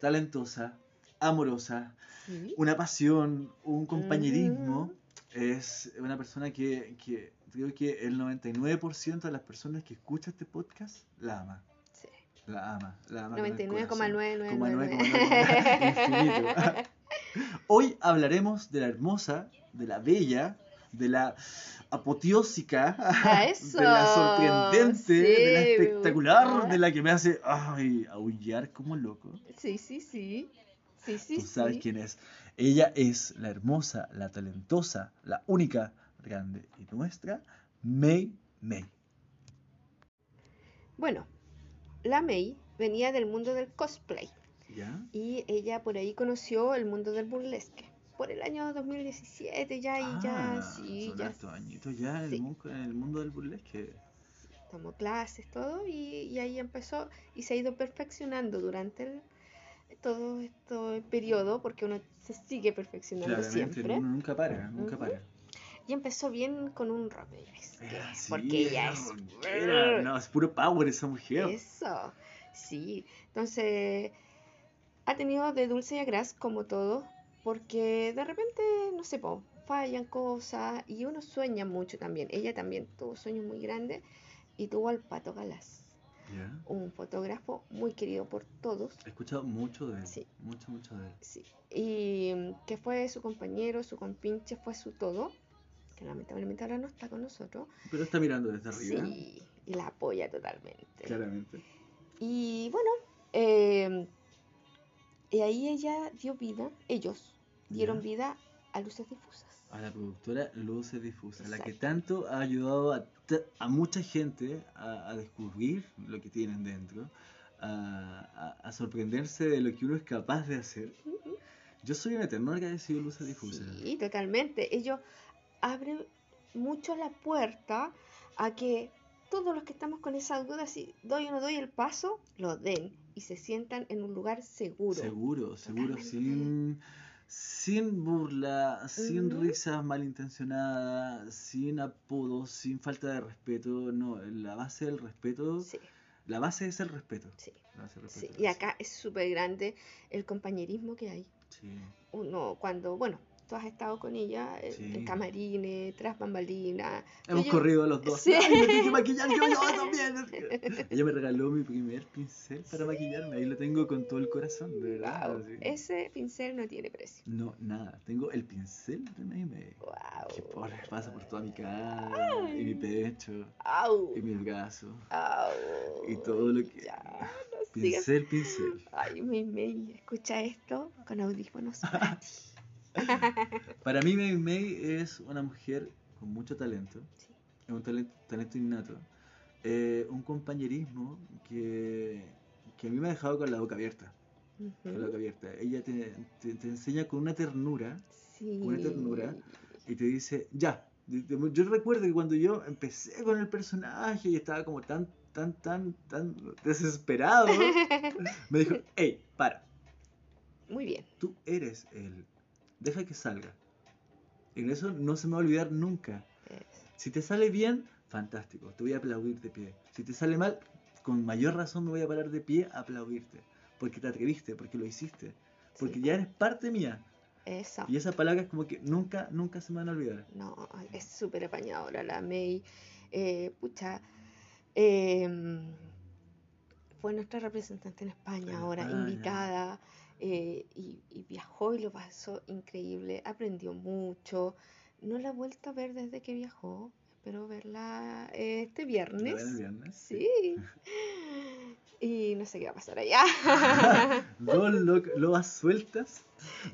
S2: Talentosa, amorosa,
S1: Sí,
S2: una pasión, un compañerismo.
S1: Ujú.
S2: Es una persona que, que creo que el 99% de las personas que escucha este podcast la ama.
S1: sí.
S2: La ama, la ama. con el corazón.
S1: 99,999.
S2: Hoy hablaremos de la hermosa, de la bella, de la apoteósica,
S1: Ah, eso,
S2: de la sorprendente, de
S1: sí,
S2: la
S1: Ah. me
S2: espectacular,
S1: gusta.
S2: de la que me hace ay, aullar como loco.
S1: Sí, sí, sí. Sí, sí,
S2: Tú sabes
S1: sí.
S2: quién es. Ella es la hermosa, la talentosa, la única, grande y nuestra, May May.
S1: Bueno, la May venía del mundo del cosplay
S2: ¿Ya?
S1: y ella por ahí conoció el mundo del burlesque. por el año 2017, ya, y
S2: Ah,
S1: ya, sí,
S2: son
S1: ya.
S2: hartos añitos ya en, el
S1: sí.
S2: mundo, en el mundo del burlesque.
S1: tomó clases, todo, y, y ahí empezó y se ha ido perfeccionando durante el- todo este periodo, porque uno se sigue perfeccionando
S2: Claramente,
S1: siempre.
S2: uno nunca para, nunca
S1: Ujú.
S2: para.
S1: Y empezó bien con un rock, es que-
S2: Ah, sí,
S1: porque ella
S2: era
S1: es...
S2: rockera. No, es puro power esa mujer.
S1: Eso, sí. Entonces, ha tenido de dulce y a gras como todo, porque de repente, no sé, po, fallan cosas y uno sueña mucho también. Ella también tuvo sueños muy grandes y tuvo al Pato Galás,
S2: Ya.
S1: un fotógrafo muy querido por todos.
S2: He escuchado mucho de él.
S1: Sí.
S2: Mucho, mucho de él.
S1: Sí, y mm, que fue su compañero, su compinche, fue su todo, que lamentablemente ahora no está con nosotros.
S2: Pero está mirando desde arriba.
S1: Sí, y la apoya totalmente.
S2: Claramente.
S1: Y bueno, eh, y ahí ella dio vida, ellos dieron
S2: Ya. Ah.
S1: vida a luces difusas.
S2: A la productora Luces Difusas, la que
S1: Exacto.
S2: tanto ha ayudado a, ta- a mucha gente a, a descubrir lo que tienen dentro, a, a- a sorprenderse de lo que uno es capaz de hacer.
S1: Ujú.
S2: Yo soy un eterno agradecido de Luces Difusas.
S1: Sí, totalmente. Ellos abren mucho la puerta a que todos los que estamos con esa duda, si doy o no doy el paso, lo den y se sientan en un lugar seguro.
S2: Seguro, seguro,
S1: Totalmente.
S2: sin, sin burla, sin
S1: Ujú.
S2: risas malintencionadas, sin apodos, sin falta de respeto. No, la base del respeto,
S1: Sí,
S2: la base es el respeto.
S1: sí,
S2: La base del
S1: sí.
S2: respeto,
S1: Y acá es súper grande el compañerismo que hay.
S2: sí.
S1: uno cuando, bueno, tú has estado con ella en, en
S2: Sí.
S1: camarines, tras bambalinas.
S2: Hemos
S1: Yo-
S2: corrido los dos.
S1: Sí.
S2: Ay, me tiene que maquillar yo, yo también. Ella me regaló mi primer pincel para maquillarme. Ahí lo tengo con todo el corazón, de verdad.
S1: Guau,
S2: así.
S1: ese pincel no tiene precio.
S2: No, nada. Tengo el pincel de una y media. Que
S1: Wow.
S2: por, pasa por toda mi cara, y mi pecho,
S1: Au,
S2: y mis brazos.
S1: au.
S2: y todo lo que-
S1: Oh, Ya, no sigas.
S2: Pincel, pincel.
S1: Ay, Mei Mei, escucha esto con audífonos. para ti.
S2: Para mí, Mei Mei es una mujer con mucho talento.
S1: Sí.
S2: Es un talento, talento innato. Eh, un compañerismo que, que a mí me ha dejado con la boca abierta. con la
S1: Ujú.
S2: boca abierta. Ella te, te- te enseña con una ternura
S1: Sí.
S2: una ternura. y te dice, ya. De- de- Yo recuerdo que cuando yo empecé con el personaje y estaba como tan, tan, tan, tan desesperado, me dijo, hey, para,
S1: Muy bien.
S2: tú eres él, deja que salga. En eso no se me va a olvidar nunca.
S1: Eso.
S2: Si te sale bien, fantástico, te voy a aplaudir de pie. Si te sale mal, con mayor razón me voy a parar de pie a aplaudirte. Porque te atreviste, porque lo hiciste, porque
S1: Sí,
S2: ya eres parte mía.
S1: Eso.
S2: Y esas palabras como que nunca, nunca se me van a olvidar.
S1: No, es súper apañadora la May. Eh, pucha, em, fue nuestra representante en España
S2: En
S1: ahora,
S2: España.
S1: invitada, eh, y, y viajó y lo pasó increíble, aprendió mucho. No la he vuelto a ver desde que viajó, espero verla eh, este
S2: ¿Lo ven eh? el
S1: viernes.
S2: viernes?
S1: Sí. Y no sé qué va a pasar allá.
S2: Dos lo- lobas sueltas.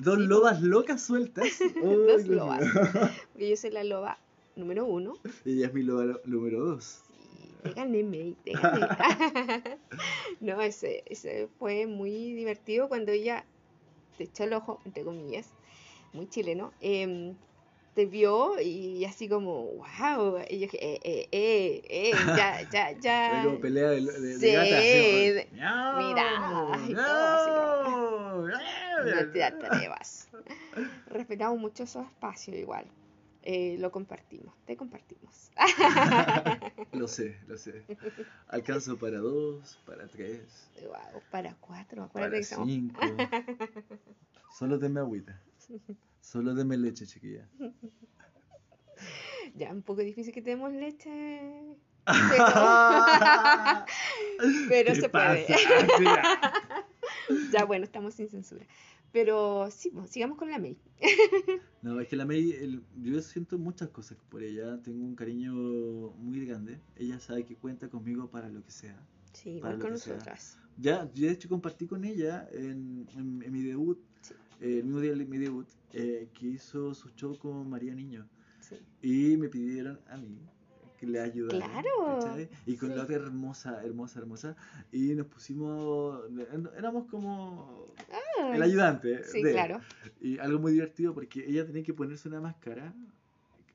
S2: Dos
S1: Sí.
S2: lobas locas sueltas. Ay,
S1: Dos
S2: Dios mío.
S1: lobas. Porque yo soy la loba número uno.
S2: Ella es mi loba lo- número dos.
S1: Sí, te gané, May, te gané. No, ese, ese fue muy divertido cuando ella te echó el ojo, entre comillas, muy chileno, em, te vio y así como, wow, y yo dije, eh, eh, eh, eh, ya, ya,
S2: Era
S1: ya.
S2: como pelea de, de, de
S1: Sí,
S2: gatas,
S1: de-
S2: así como,
S1: mira,
S2: "Miau,
S1: y todo,
S2: miau,
S1: No te
S2: miau".
S1: atrevas. Respetamos mucho esos espacios igual. Eh, lo compartimos, te compartimos.
S2: Lo sé, lo sé. Alcanzo para dos, para tres,
S1: Wow, para cuatro, acuérdate
S2: para
S1: que somos
S2: cinco. Solo denme agüita. Solo denme leche, chiquilla.
S1: ya un poco difícil que tenemos leche. Pero
S2: Pero
S1: se puede.
S2: Ah, puede.
S1: Ya bueno, estamos sin censura. Pero sí, pues, sigamos con la May.
S2: No, es que la May, el- yo siento muchas cosas por ella. Tengo un cariño muy grande. Ella sabe que cuenta conmigo para lo que sea.
S1: Sí, igual
S2: Para lo
S1: con
S2: que sea.
S1: nosotras.
S2: Ya, yo de hecho compartí con ella en, en- en mi debut,
S1: Sí.
S2: eh, el mismo día de mi debut, eh, que hizo su show con María Niño.
S1: Sí.
S2: Y me pidieron a mí que le ayudaron.
S1: Claro.
S2: ¿cachai? Y con la
S1: Sí.
S2: otra hermosa, hermosa, hermosa. Y nos pusimos. Éramos como el ayudante.
S1: Sí,
S2: de-
S1: claro.
S2: Y algo muy divertido porque ella tenía que ponerse una máscara.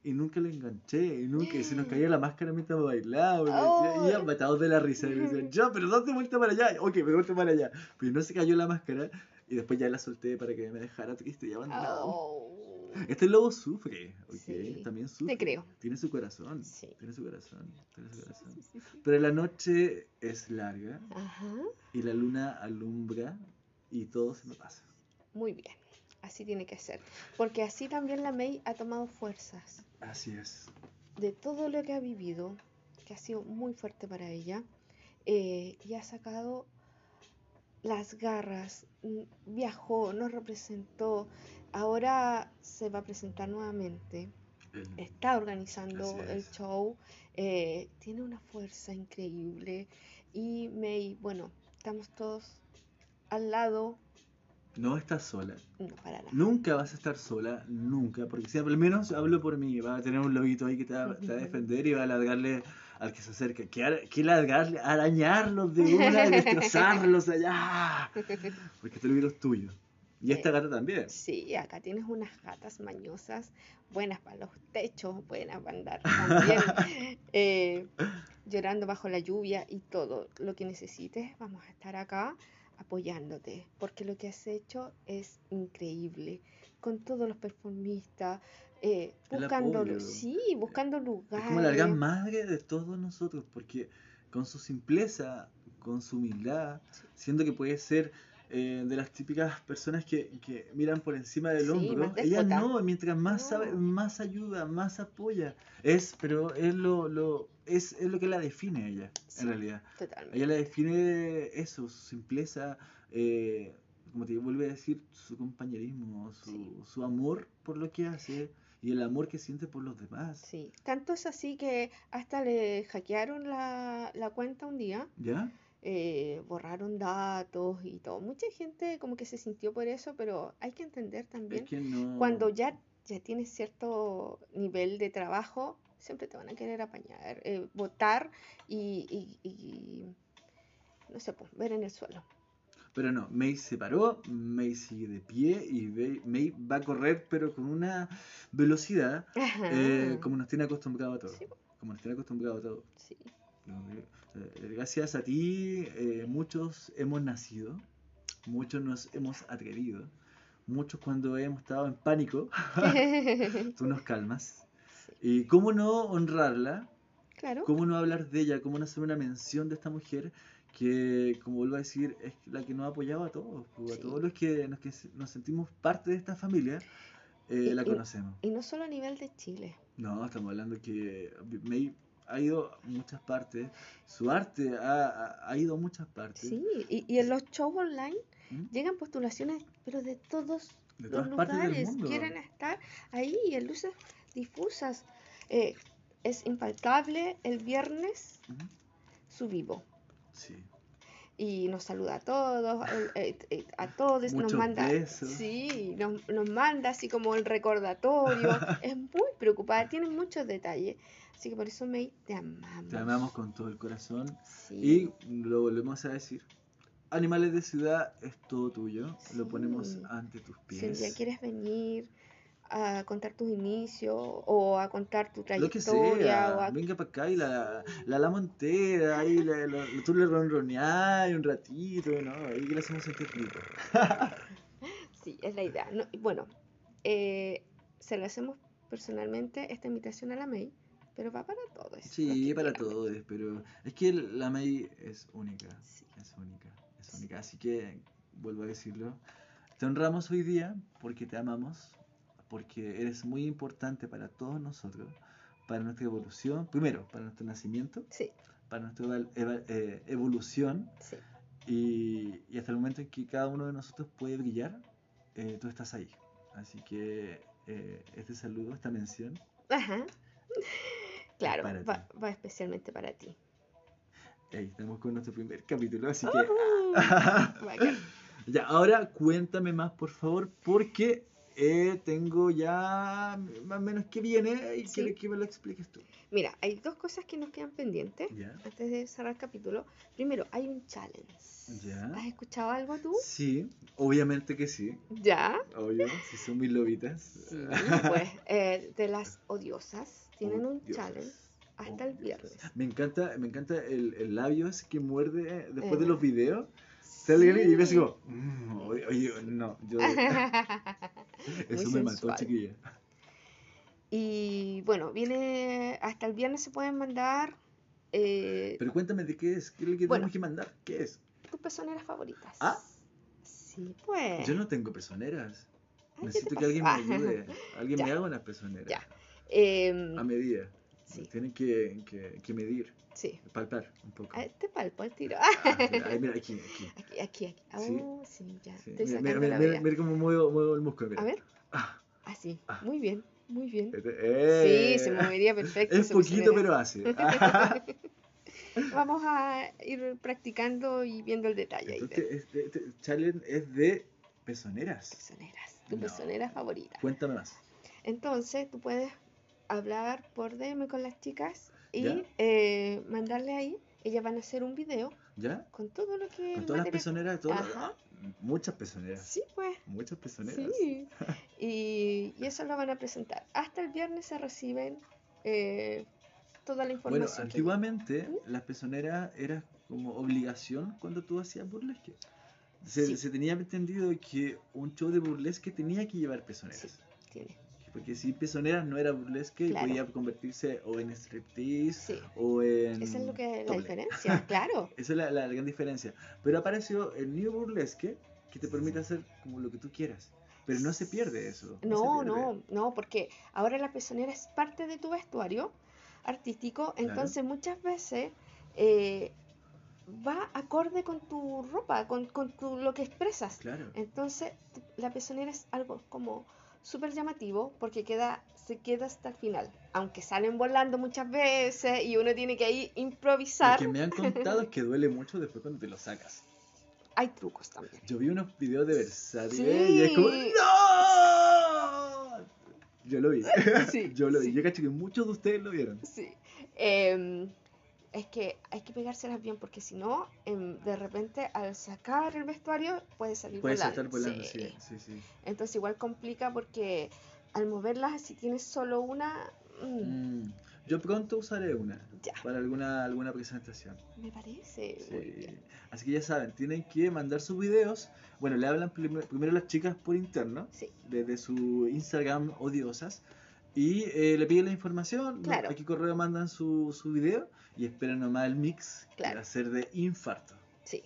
S2: Y nunca la enganché, y nunca, y se nos caía la máscara mientras bailaba, y, me decía- y ella
S1: Ay.
S2: matados de la risa, y me decían, ya, pero date vuelta para allá, ok, pero vuelta para allá, pero no se cayó la máscara, y después ya la solté para que me dejara triste y abandonado.
S1: Oh,
S2: Este lobo sufre, ok,
S1: Sí,
S2: también sufre.
S1: te creo.
S2: Tiene su corazón.
S1: Sí.
S2: Tiene su corazón. Tiene su corazón.
S1: Sí, sí, sí.
S2: Pero la noche es larga
S1: Ajá.
S2: y la luna alumbra y todo se me pasa.
S1: Muy bien. Así tiene que ser. Porque así también la May ha tomado fuerzas.
S2: Así es.
S1: de todo lo que ha vivido, que ha sido muy fuerte para ella, eh, y ha sacado las garras, n- viajó, nos representó, ahora se va a presentar nuevamente,
S2: El-
S1: está organizando
S2: Así
S1: el
S2: es.
S1: show, eh, tiene una fuerza increíble y May, bueno, estamos todos al lado,
S2: No estás sola.
S1: no para nada.
S2: Nunca vas a estar sola, nunca. Porque si al menos hablo por mí, va a tener un lobito ahí que te va, te va a defender y va a largarle al que se acerca. Que, ar- que largarle, arañarlos de una y destrozarlos allá. Porque este lobito es tuyo. Y esta gata también.
S1: Sí, acá tienes unas gatas mañosas, buenas para los techos, buenas para andar también, eh, llorando bajo la lluvia y todo lo que necesites, vamos a estar acá apoyándote, porque lo que has hecho es increíble, con todos los performistas, eh,
S2: El
S1: buscando, lu-
S2: apoyo.
S1: sí, buscando
S2: Es como la gran
S1: lugares.
S2: madre de todos nosotros, porque con su simpleza, con su humildad, siendo que puede ser eh, de las típicas personas que, que miran por encima del
S1: Sí,
S2: hombro,
S1: más
S2: ella
S1: déspota.
S2: no, mientras más sabe,
S1: No.
S2: más ayuda, más apoya. Es, pero es lo, lo, es, es lo que la define a ella,
S1: Sí.
S2: en realidad. A
S1: Totalmente.
S2: ella la define eso, su simpleza, eh, como te vuelve a decir, su compañerismo, su,
S1: Sí.
S2: su amor por lo que hace y el amor que siente por los demás.
S1: Sí, tanto es así que hasta le hackearon la, la cuenta un día.
S2: ¿Ya?
S1: eh, borraron datos y todo. Mucha gente como que se sintió por eso, pero hay que entender
S2: Es
S1: también,
S2: que no.
S1: cuando ya, ya tienes cierto nivel de trabajo, siempre te van a querer apañar, eh, botar y, y- y, no sé, pues, ver en el suelo.
S2: Pero no, May se paró, May sigue de pie y ve- May va a correr, pero con una velocidad
S1: Ajá.
S2: eh, como nos tiene acostumbrado a todos.
S1: Ah. Sí.
S2: Como nos tiene acostumbrado a todos.
S1: Sí,
S2: ¿no? Eh, Gracias a ti, eh, muchos hemos nacido, muchos nos hemos atrevido, muchos cuando hemos estado en pánico, tú nos calmas.
S1: Sí,
S2: Y cómo no honrarla
S1: claro.
S2: ¿Cómo no hablar de ella? ¿Cómo no hacer una mención de esta mujer que, como vuelvo a decir, es la que nos ha apoyado a todos? pues, A
S1: Sí.
S2: todos los que nos, que se- nos sentimos parte de esta familia, eh,
S1: Y-
S2: la
S1: y-
S2: conocemos.
S1: Y no solo a nivel de Chile.
S2: No, estamos hablando que May ha ido a muchas partes, su arte ha, ha- ha ido a muchas partes.
S1: Sí, y, y en los shows online
S2: ¿Mm?
S1: llegan postulaciones, pero de todos
S2: De
S1: los
S2: todas partes del
S1: lugares
S2: mundo.
S1: quieren estar ahí en luces difusas. Eh, es impalpable el viernes
S2: Ujú.
S1: su vivo.
S2: ¿Mm? Sí.
S1: Y nos saluda a todos, el- eh, eh, a todos, nos
S2: Muchos
S1: manda.
S2: besos.
S1: Sí, nos, nos manda así como el recordatorio. es muy preocupada, tiene muchos detalles. Así que por eso, May, te amamos.
S2: Te amamos con todo el corazón
S1: Sí,
S2: y lo volvemos a decir. Animales de ciudad es todo tuyo, lo ponemos
S1: Sí.
S2: ante tus pies.
S1: si un día quieres venir a contar tus inicios o a contar tu
S2: Lo que
S1: trayectoria o
S2: sea,
S1: a
S2: venga para acá y la, la lama entera, ahí la, la- tú le ronroneás un ratito, ¿no? Ahí que la hacemos sentir rico.
S1: Sí, es la idea. No, y bueno, eh, se lo hacemos personalmente esta invitación a la May, pero va para todos. los
S2: Sí,
S1: que
S2: para
S1: quieran.
S2: todos, pero es que la May es única,
S1: Sí,
S2: es única, es única, así que vuelvo a decirlo, te honramos hoy día porque te amamos, porque eres muy importante para todos nosotros, para nuestra evolución, primero, para nuestro nacimiento,
S1: sí,
S2: para nuestra eva- eva- eh, evolución.
S1: sí,
S2: Y, y hasta el momento en que cada uno de nosotros puede brillar, eh, tú estás ahí. Así que eh, este saludo, esta mención,
S1: Ajá. Claro,
S2: para
S1: va, va especialmente para ti.
S2: ahí estamos con nuestro primer capítulo. Así que
S1: Ujú. Bacán.
S2: ya, ahora cuéntame más, por favor, porque Eh, tengo ya más o menos que viene y
S1: Sí.
S2: quiero que me lo expliques tú.
S1: Mira, hay dos cosas que nos quedan pendientes
S2: Ya.
S1: antes de cerrar el capítulo. Primero, hay un challenge.
S2: Ya.
S1: ¿Has escuchado algo tú?
S2: Sí, obviamente que sí.
S1: Ya.
S2: Obvio, si son mis lobitas.
S1: Sí, pues eh, de las odiosas tienen un
S2: Odiosas,
S1: challenge hasta el
S2: odiosas.
S1: viernes.
S2: Oh, Me encanta, me encanta el, el labio ese que muerde después de
S1: Eh.
S2: los videos. Sale alguien y yo así
S1: Sí.
S2: como, "Mm, oye, oye, no, yo, eso me mató,
S1: sensual.
S2: chiquilla.
S1: Y bueno, viene hasta el viernes se pueden mandar eh,
S2: Pero cuéntame de qué es, qué es lo que
S1: Bueno.
S2: tenemos que mandar, qué es.
S1: tus personeras favoritas.
S2: Ah.
S1: Sí, pues.
S2: Yo no tengo personeras.
S1: Ay, ¿qué te
S2: Necesito que alguien me
S1: pasa?
S2: ayude, alguien me
S1: Ya.
S2: haga unas personeras.
S1: Ya. Em,
S2: A medida.
S1: sí,
S2: Tienen que, que, que medir,
S1: sí.
S2: palpar un poco.
S1: A ver, te palpo el tiro.
S2: Ah, mira, ahí, mira, aquí, aquí.
S1: Aquí, aquí, aquí.
S2: Sí.
S1: Oh, sí, ya.
S2: Sí,
S1: Estoy
S2: Mira,
S1: sacando
S2: mira, mira,
S1: la
S2: mira,
S1: vea.
S2: mira cómo muevo, muevo el músculo. mira.
S1: A ver,
S2: Ah,
S1: así.
S2: Ah.
S1: Muy bien, muy bien.
S2: este-
S1: Sí, se
S2: ¡eh!
S1: movería perfecto.
S2: Es
S1: se
S2: poquito,
S1: posicionaría.
S2: pero hace. Ah,
S1: Vamos a ir practicando y viendo el detalle ahí de
S2: Entonces, este, este challenge es de pezoneras.
S1: personeras, tu
S2: No.
S1: personera favorita.
S2: Cuéntame más.
S1: Entonces, tú puedes hablar por DM con las chicas y
S2: ¿Ya?
S1: eh, mandarle ahí. Ellas van a hacer un video
S2: ¿Ya?
S1: con todo lo que.
S2: Con
S1: el
S2: todas las
S1: material-
S2: pezoneras, todas las-
S1: Ajá.
S2: muchas pezoneras.
S1: Sí, pues.
S2: Muchas pezoneras.
S1: Sí. Y, y eso lo van a presentar. Hasta el viernes se reciben eh, toda la
S2: Bueno,
S1: información. que-
S2: antiguamente las pezoneras era como obligación cuando tú hacías burlesque. Se,
S1: Sí.
S2: se tenía entendido que un show de burlesque tenía que llevar pezoneras.
S1: Sí. tiene.
S2: Porque si pezoneras no era burlesque,
S1: Claro.
S2: podía convertirse o en striptease
S1: Sí.
S2: o en...
S1: Esa es lo que la
S2: topless.
S1: diferencia, claro.
S2: Esa es la, la gran diferencia. Pero apareció el New Burlesque que te permite hacer como lo que tú quieras. Pero no se pierde eso.
S1: No,
S2: se pierde.
S1: no, no, porque ahora la pezonera es parte de tu vestuario artístico, entonces muchas veces eh, va acorde con tu ropa, con, con tu, lo que expresas.
S2: Claro.
S1: Entonces t- la pezonera es algo como súper llamativo porque queda, se queda hasta el final, aunque salen volando muchas veces y uno tiene que ahí
S2: Lo
S1: improvisar,
S2: que me han contado es que duele mucho después cuando te lo sacas.
S1: hay trucos también.
S2: Yo vi unos videos de Versace
S1: Sí.
S2: y es como ¡No! Yo lo vi.
S1: Sí,
S2: Yo lo vi.
S1: sí.
S2: Yo cacho que muchos de ustedes lo vieron.
S1: Sí. Em, es que hay que pegárselas bien porque si no, em, de repente al sacar el vestuario puede salir
S2: Puedes
S1: volando.
S2: saltar volando,
S1: sí.
S2: sí, sí, sí.
S1: Entonces igual complica porque al moverlas, si tienes solo una, mm,
S2: Mm, Yo pronto usaré una
S1: ya,
S2: para alguna, alguna presentación.
S1: me parece.
S2: Sí.
S1: muy bien.
S2: Así que ya saben, tienen que mandar sus videos. Bueno, le hablan prim- primero las chicas por interno,
S1: Sí.
S2: desde su Instagram odiosas, y eh, le piden la información.
S1: Claro.
S2: A qué correo mandan su, su video y esperan nomás el mix que
S1: Claro.
S2: va a ser de infarto.
S1: Sí.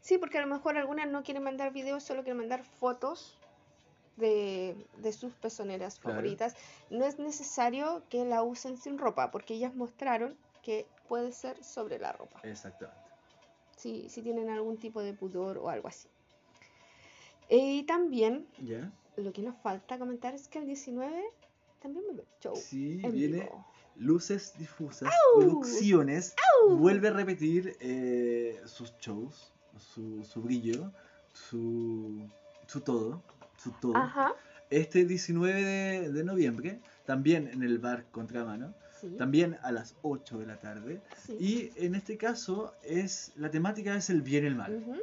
S1: Sí, porque a lo mejor algunas no quieren mandar videos, solo quieren mandar fotos de, de sus pezoneras
S2: Claro.
S1: favoritas. No es necesario que la usen sin ropa, porque ellas mostraron que puede ser sobre la ropa,
S2: Exactamente.
S1: si, si tienen algún tipo de pudor o algo así. Y también
S2: ¿Ya?
S1: lo que nos falta comentar es que el 19 también me veo show.
S2: Sí,
S1: Oh, en
S2: viene
S1: vivo.
S2: Luces Difusas
S1: ¡Au!
S2: Producciones.
S1: ¡Au!
S2: Vuelve a repetir eh, sus shows, su, su brillo, su, su todo. Su todo.
S1: Ajá.
S2: Este 19 de, de noviembre, también en el bar Contramano,
S1: Sí.
S2: también a las 8 de la tarde.
S1: sí.
S2: Y en este caso, es la temática es el bien y el mal.
S1: Ujú.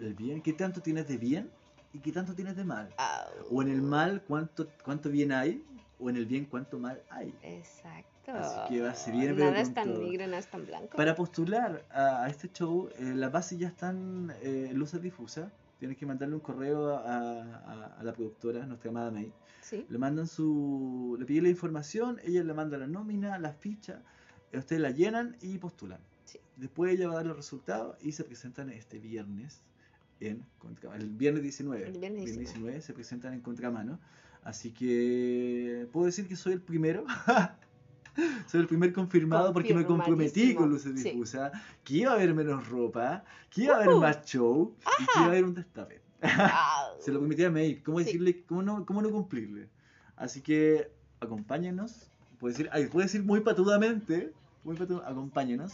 S2: El bien, ¿qué tanto tienes de bien y qué tanto tienes de mal?
S1: Au.
S2: O en el mal, ¿cuánto, cuánto bien hay? O en el bien, ¿cuánto mal hay?
S1: Exacto.
S2: Así que va a ser bien, pero
S1: Nada es
S2: con
S1: tan
S2: todo.
S1: negro, nada es tan blanco.
S2: Para postular a, a este show, eh, las bases ya están eh, en luces difusas. Tienes que mandarle un correo a, a- a la productora, nuestra amada May.
S1: Sí.
S2: Le mandan su. Le piden la información, ella le manda la nómina, las fichas, eh, ustedes la llenan y postulan.
S1: Sí.
S2: Después ella va a dar los resultados y se presentan este viernes en Contramano. El viernes 19.
S1: El viernes
S2: 19 se presentan en Contramano. Así que puedo decir que soy el primero. soy el primer confirmado porque me comprometí con Luces
S1: Confirmadísimo, sí. Uh-huh.
S2: Difusa. Que iba a haber menos ropa, que iba a haber
S1: Ujú.
S2: más show y que iba a haber un destape.
S1: Au.
S2: Se lo prometí a May. ¿Cómo
S1: Sí.
S2: decirle? ¿Cómo no, cómo no cumplirle? Así que acompáñenos. Puede decir, ay, puede decir muy patudamente. Muy patu- acompáñenos.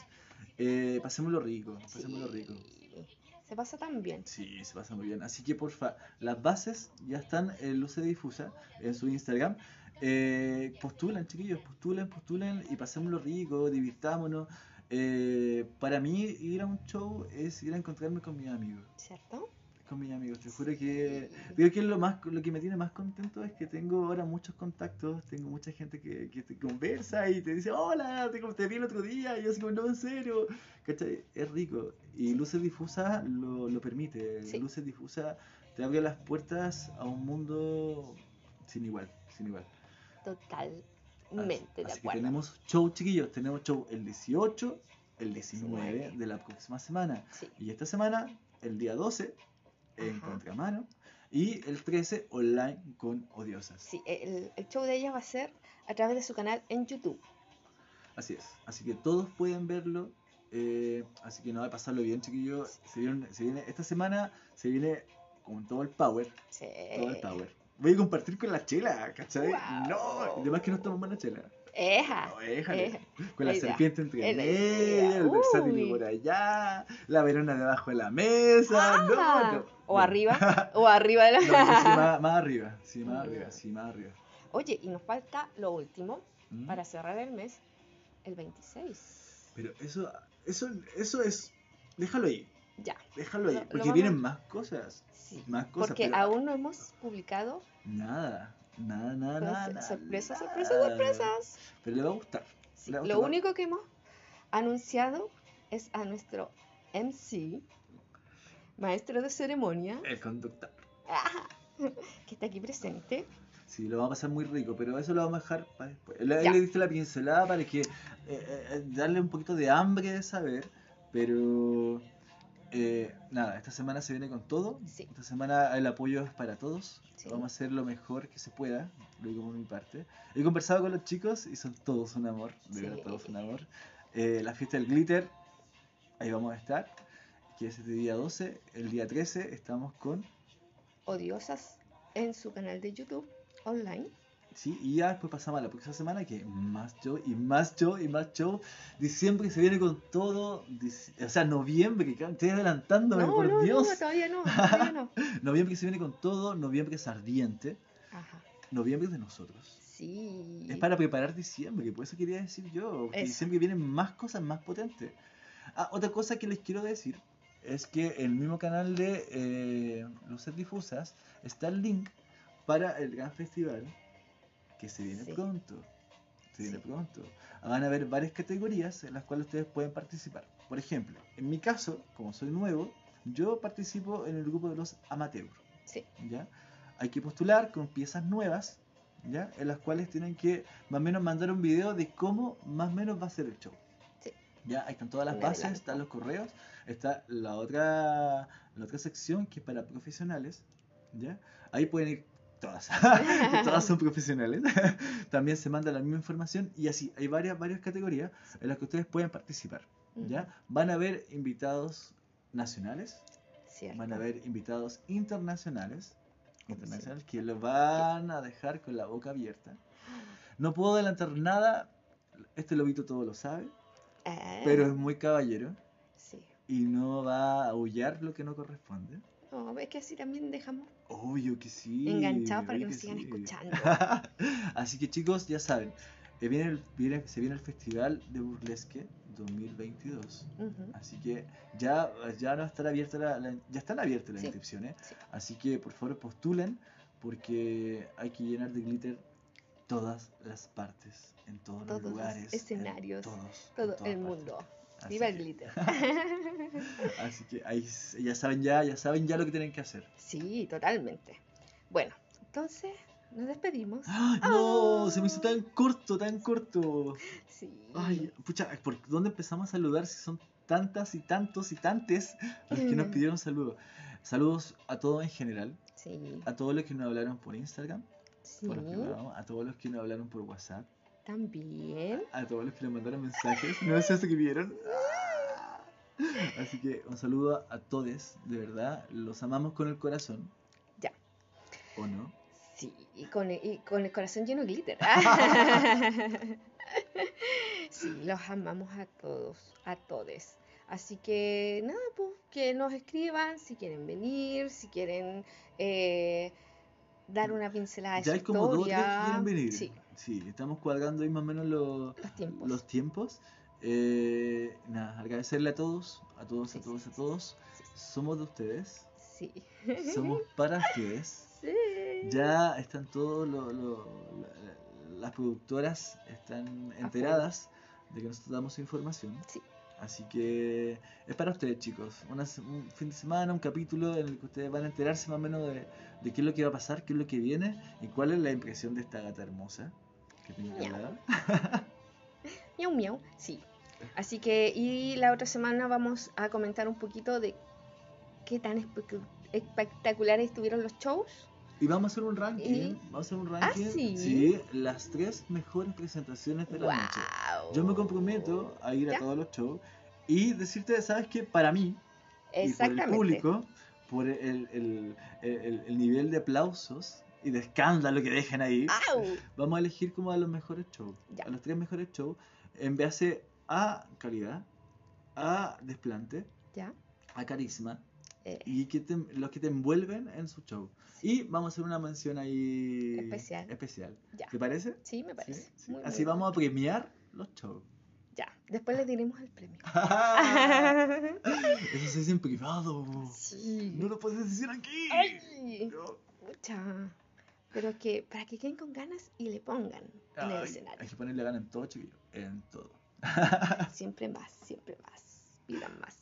S2: Eh, pasémoslo rico. Pasémoslo rico.
S1: Sí. Se pasa tan bien.
S2: Sí, se pasa muy bien. Así que porfa, las bases ya están en Luce Difusa, en su Instagram. Eh, postulan, chiquillos, postulen, postulen y pasémoslo rico, divirtámonos. Eh, para mí, ir a un show es ir a encontrarme con mis amigos.
S1: ¿Cierto?
S2: Con mis amigos, te juro que. Creo que lo, más, lo que me tiene más contento es que tengo ahora muchos contactos, tengo mucha gente que, que te conversa y te dice: Hola, te, te vi el otro día, y yo así como, no, en serio. ¿Cachai? Es rico. Y Luces Difusa lo, lo permite.
S1: Sí.
S2: Luces Difusa te abre las puertas a un mundo sin igual, sin igual. Así,
S1: Totalmente de
S2: así que
S1: acuerdo.
S2: tenemos show, chiquillos. Tenemos show el 18, el 19
S1: 19.
S2: de la próxima semana.
S1: Sí.
S2: Y esta semana, el día 12, en
S1: Ajá.
S2: Contramano. Y el 13, online con Odiosas.
S1: Sí, el, el show de ella va a ser a través de su canal en YouTube.
S2: Así es. Así que todos pueden verlo. eh, así que no va a pasarlo bien, chiquillos. Se viene, se viene- esta semana se viene con todo el power.
S1: Sí.
S2: Todo el power. Voy a compartir con la chela, ¿cachai?
S1: Eh. Guau.
S2: No, además que no tomamos la chela.
S1: Eja.
S2: No, déjale.
S1: Eja.
S2: Con la
S1: eh, Ahí está.
S2: serpiente entre
S1: El-
S2: medio, el
S1: Uy.
S2: versátil por allá, la verona debajo de la mesa. no,
S1: Ah,
S2: no.
S1: O
S2: No.
S1: arriba. o arriba de la.
S2: No, sí, más, más arriba, sí, más arriba, sí, más arriba.
S1: Oye, y nos falta lo último
S2: ¿Mm?
S1: para cerrar el mes, el 26.
S2: Pero eso, eso, eso es. Déjalo ahí,
S1: Ya.
S2: déjalo ahí.
S1: Lo- lo
S2: porque
S1: vamos-
S2: vienen más cosas.
S1: Sí.
S2: Más cosas.
S1: Porque
S2: pero
S1: aún no hemos publicado
S2: Nada, nada, nada,
S1: pero
S2: nada.
S1: sor- sorpresas,
S2: nada.
S1: sorpresas, sorpresas.
S2: Pero le va a gustar.
S1: Sí,
S2: Le va a
S1: lo
S2: gustar.
S1: único que hemos anunciado es a nuestro MC, maestro de ceremonia,
S2: El conductor.
S1: que está aquí presente.
S2: Sí, lo va a pasar muy rico, pero eso lo vamos a dejar para después. Le,
S1: Ya.
S2: le diste la pincelada para que eh, eh, darle un poquito de hambre de saber, pero eh, nada, esta semana se viene con todo.
S1: Sí.
S2: Esta semana el apoyo es para todos.
S1: Sí.
S2: Vamos a hacer lo mejor que se pueda, lo digo por mi parte. He conversado con los chicos y son todos un amor, de
S1: Sí.
S2: verdad, todos un amor. Eh, la fiesta del glitter, ahí vamos a estar, que es este día 12. El día 13 estamos con
S1: Odiosas en su canal de YouTube online.
S2: Sí, y ya después pasamos a la próxima semana que más show y más show y más show. Diciembre se viene con todo. dic- O sea, noviembre, que estoy adelantándome,
S1: no,
S2: por
S1: no,
S2: Dios.
S1: no, todavía no, todavía no.
S2: Noviembre se viene con todo, noviembre es ardiente,
S1: Ajá,
S2: noviembre es de nosotros.
S1: sí.
S2: Es para preparar diciembre, por eso quería decir yo. Que
S1: Eso.
S2: diciembre vienen más cosas más potentes. Ah, otra cosa que les quiero decir es que el mismo canal de eh, Luces Difusas está el link para el gran festival que se viene
S1: Sí.
S2: pronto. Se viene
S1: Sí.
S2: pronto. Van a haber varias categorías en las cuales ustedes pueden participar. Por ejemplo, en mi caso, como soy nuevo, yo participo en el grupo de los amateurs.
S1: Sí.
S2: ¿ya? Hay que postular con piezas nuevas, ¿ya? En las cuales tienen que más o menos mandar un video de cómo más o menos va a ser el show.
S1: Sí.
S2: Ya, ahí están todas las
S1: Un
S2: bases,
S1: adelanto.
S2: están los correos, está la otra, la otra sección que es para profesionales, ¿ya? Ahí pueden ir todas, que todas son profesionales. También se manda la misma información y así, hay varias, varias categorías en las que ustedes pueden participar,
S1: Mm,
S2: ¿ya? Van a haber invitados nacionales,
S1: Cierto.
S2: van a haber invitados internacionales,
S1: Sí.
S2: internacionales que lo van a dejar con la boca abierta. No puedo adelantar nada, este lobito todo lo sabe,
S1: Ah,
S2: pero es muy caballero
S1: Sí.
S2: y no va a aullar lo que no corresponde.
S1: No, ves que así también dejamos
S2: Obvio que sí.
S1: enganchados para que
S2: obvio
S1: nos sigan
S2: sí.
S1: escuchando.
S2: Así que chicos, ya saben, eh, viene el- viene- se viene el Festival de Burlesque 2022.
S1: Ujú.
S2: Así que ya, ya no estará abierta la, la- ya están abiertas las
S1: Sí,
S2: inscripciones.
S1: sí.
S2: Así que por favor postulen porque hay que llenar de glitter todas las partes, en todos,
S1: Todos
S2: los
S1: los
S2: lugares, en
S1: escenarios,
S2: todos, en
S1: Todo
S2: todas
S1: el
S2: partes.
S1: mundo.
S2: Así
S1: Viva el
S2: que-
S1: glitter.
S2: Así que ahí s- ya saben ya, ya saben ya lo que tienen que hacer.
S1: sí, totalmente. Bueno, entonces nos despedimos.
S2: ¡Ah, no,
S1: Ah.
S2: se me hizo tan corto, tan corto.
S1: Sí.
S2: Ay, pucha, ¿por dónde empezamos a saludar si son tantas y tantos y tantes los que nos pidieron saludos? Saludos a todos en general,
S1: Sí.
S2: a todos los que nos hablaron por Instagram,
S1: Sí.
S2: Ah, por los que nos hablamos, a todos los que nos hablaron por WhatsApp,
S1: También.
S2: a todos los que nos mandaron mensajes, no sé eso que vieron. Ah. Así que un saludo a todos, de verdad, los amamos con el corazón.
S1: Ya.
S2: ¿O no?
S1: Sí, y con, el- y con el corazón lleno de glitter. sí, los amamos a todos, a todes. Así que nada, pues, que que nos escriban si quieren venir, si quieren eh, dar una pincelada de su
S2: ya hay como dos o tres que
S1: historia.
S2: quieren venir.
S1: Sí,
S2: Sí, estamos cuadrando ahí más o menos los,
S1: los tiempos.
S2: los tiempos. Eh, nada, agradecerle a todos, a todos,
S1: Sí,
S2: a todos,
S1: sí,
S2: a todos. Somos de ustedes,
S1: Sí.
S2: somos para ustedes.
S1: Sí.
S2: Ya están todos los- los- la- las productoras están enteradas de que nosotros damos información.
S1: Sí.
S2: Así que es para ustedes, chicos. Una se- un fin de semana, un capítulo en el que ustedes van a enterarse más o menos de, de qué es lo que va a pasar, qué es lo que viene y cuál es la impresión de esta gata hermosa que tengo que
S1: Miau.
S2: hablar.
S1: Miau, miau. Sí. Así que, y la otra semana vamos a comentar un poquito de qué tan espe- espectaculares estuvieron los shows.
S2: Y vamos a hacer un ranking.
S1: Y- ¿Ah,
S2: Vamos a hacer un ranking.
S1: sí?
S2: las tres mejores presentaciones de la noche.
S1: ¡Wow!
S2: Yo me comprometo a ir
S1: Ya.
S2: a todos los shows y decirte, ¿sabes qué? Para mí, y por el
S1: Exactamente.
S2: público, por el, el- el- el nivel de aplausos y de escándalo que dejan ahí,
S1: ¡Au!
S2: vamos a elegir como a los mejores shows,
S1: Ah. Ya.
S2: a los tres mejores shows, en base a calidad, a desplante,
S1: Ya.
S2: a carisma
S1: Eh.
S2: y que te- los que te envuelven en su show. Y vamos a hacer una mención ahí
S1: Especial.
S2: especial.
S1: Ya.
S2: ¿Te parece?
S1: Sí, me parece.
S2: Sí, sí.
S1: Muy, muy
S2: Así
S1: bien.
S2: vamos a premiar los shows.
S1: Ya. Después les diremos el premio.
S2: Eso se dice en privado.
S1: sí.
S2: Ah. No lo puedes decir aquí.
S1: Ay,
S2: No.
S1: pucha. Pero es que para que queden con ganas y le pongan en el
S2: Ay, Hay
S1: escenario.
S2: que ponerle ganas en todo, chiquillo. En todo.
S1: Siempre más, siempre más. Pidan más.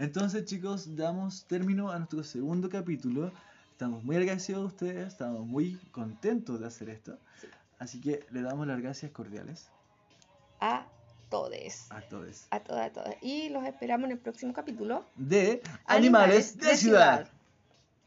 S2: Entonces, chicos, damos término a nuestro segundo capítulo. Estamos muy agradecidos de ustedes, estamos muy contentos de hacer esto.
S1: Sí.
S2: Así que le damos las gracias cordiales
S1: A todos.
S2: a todos.
S1: A todas, a todas. Y los esperamos en el próximo capítulo.
S2: De Animales de Ciudad.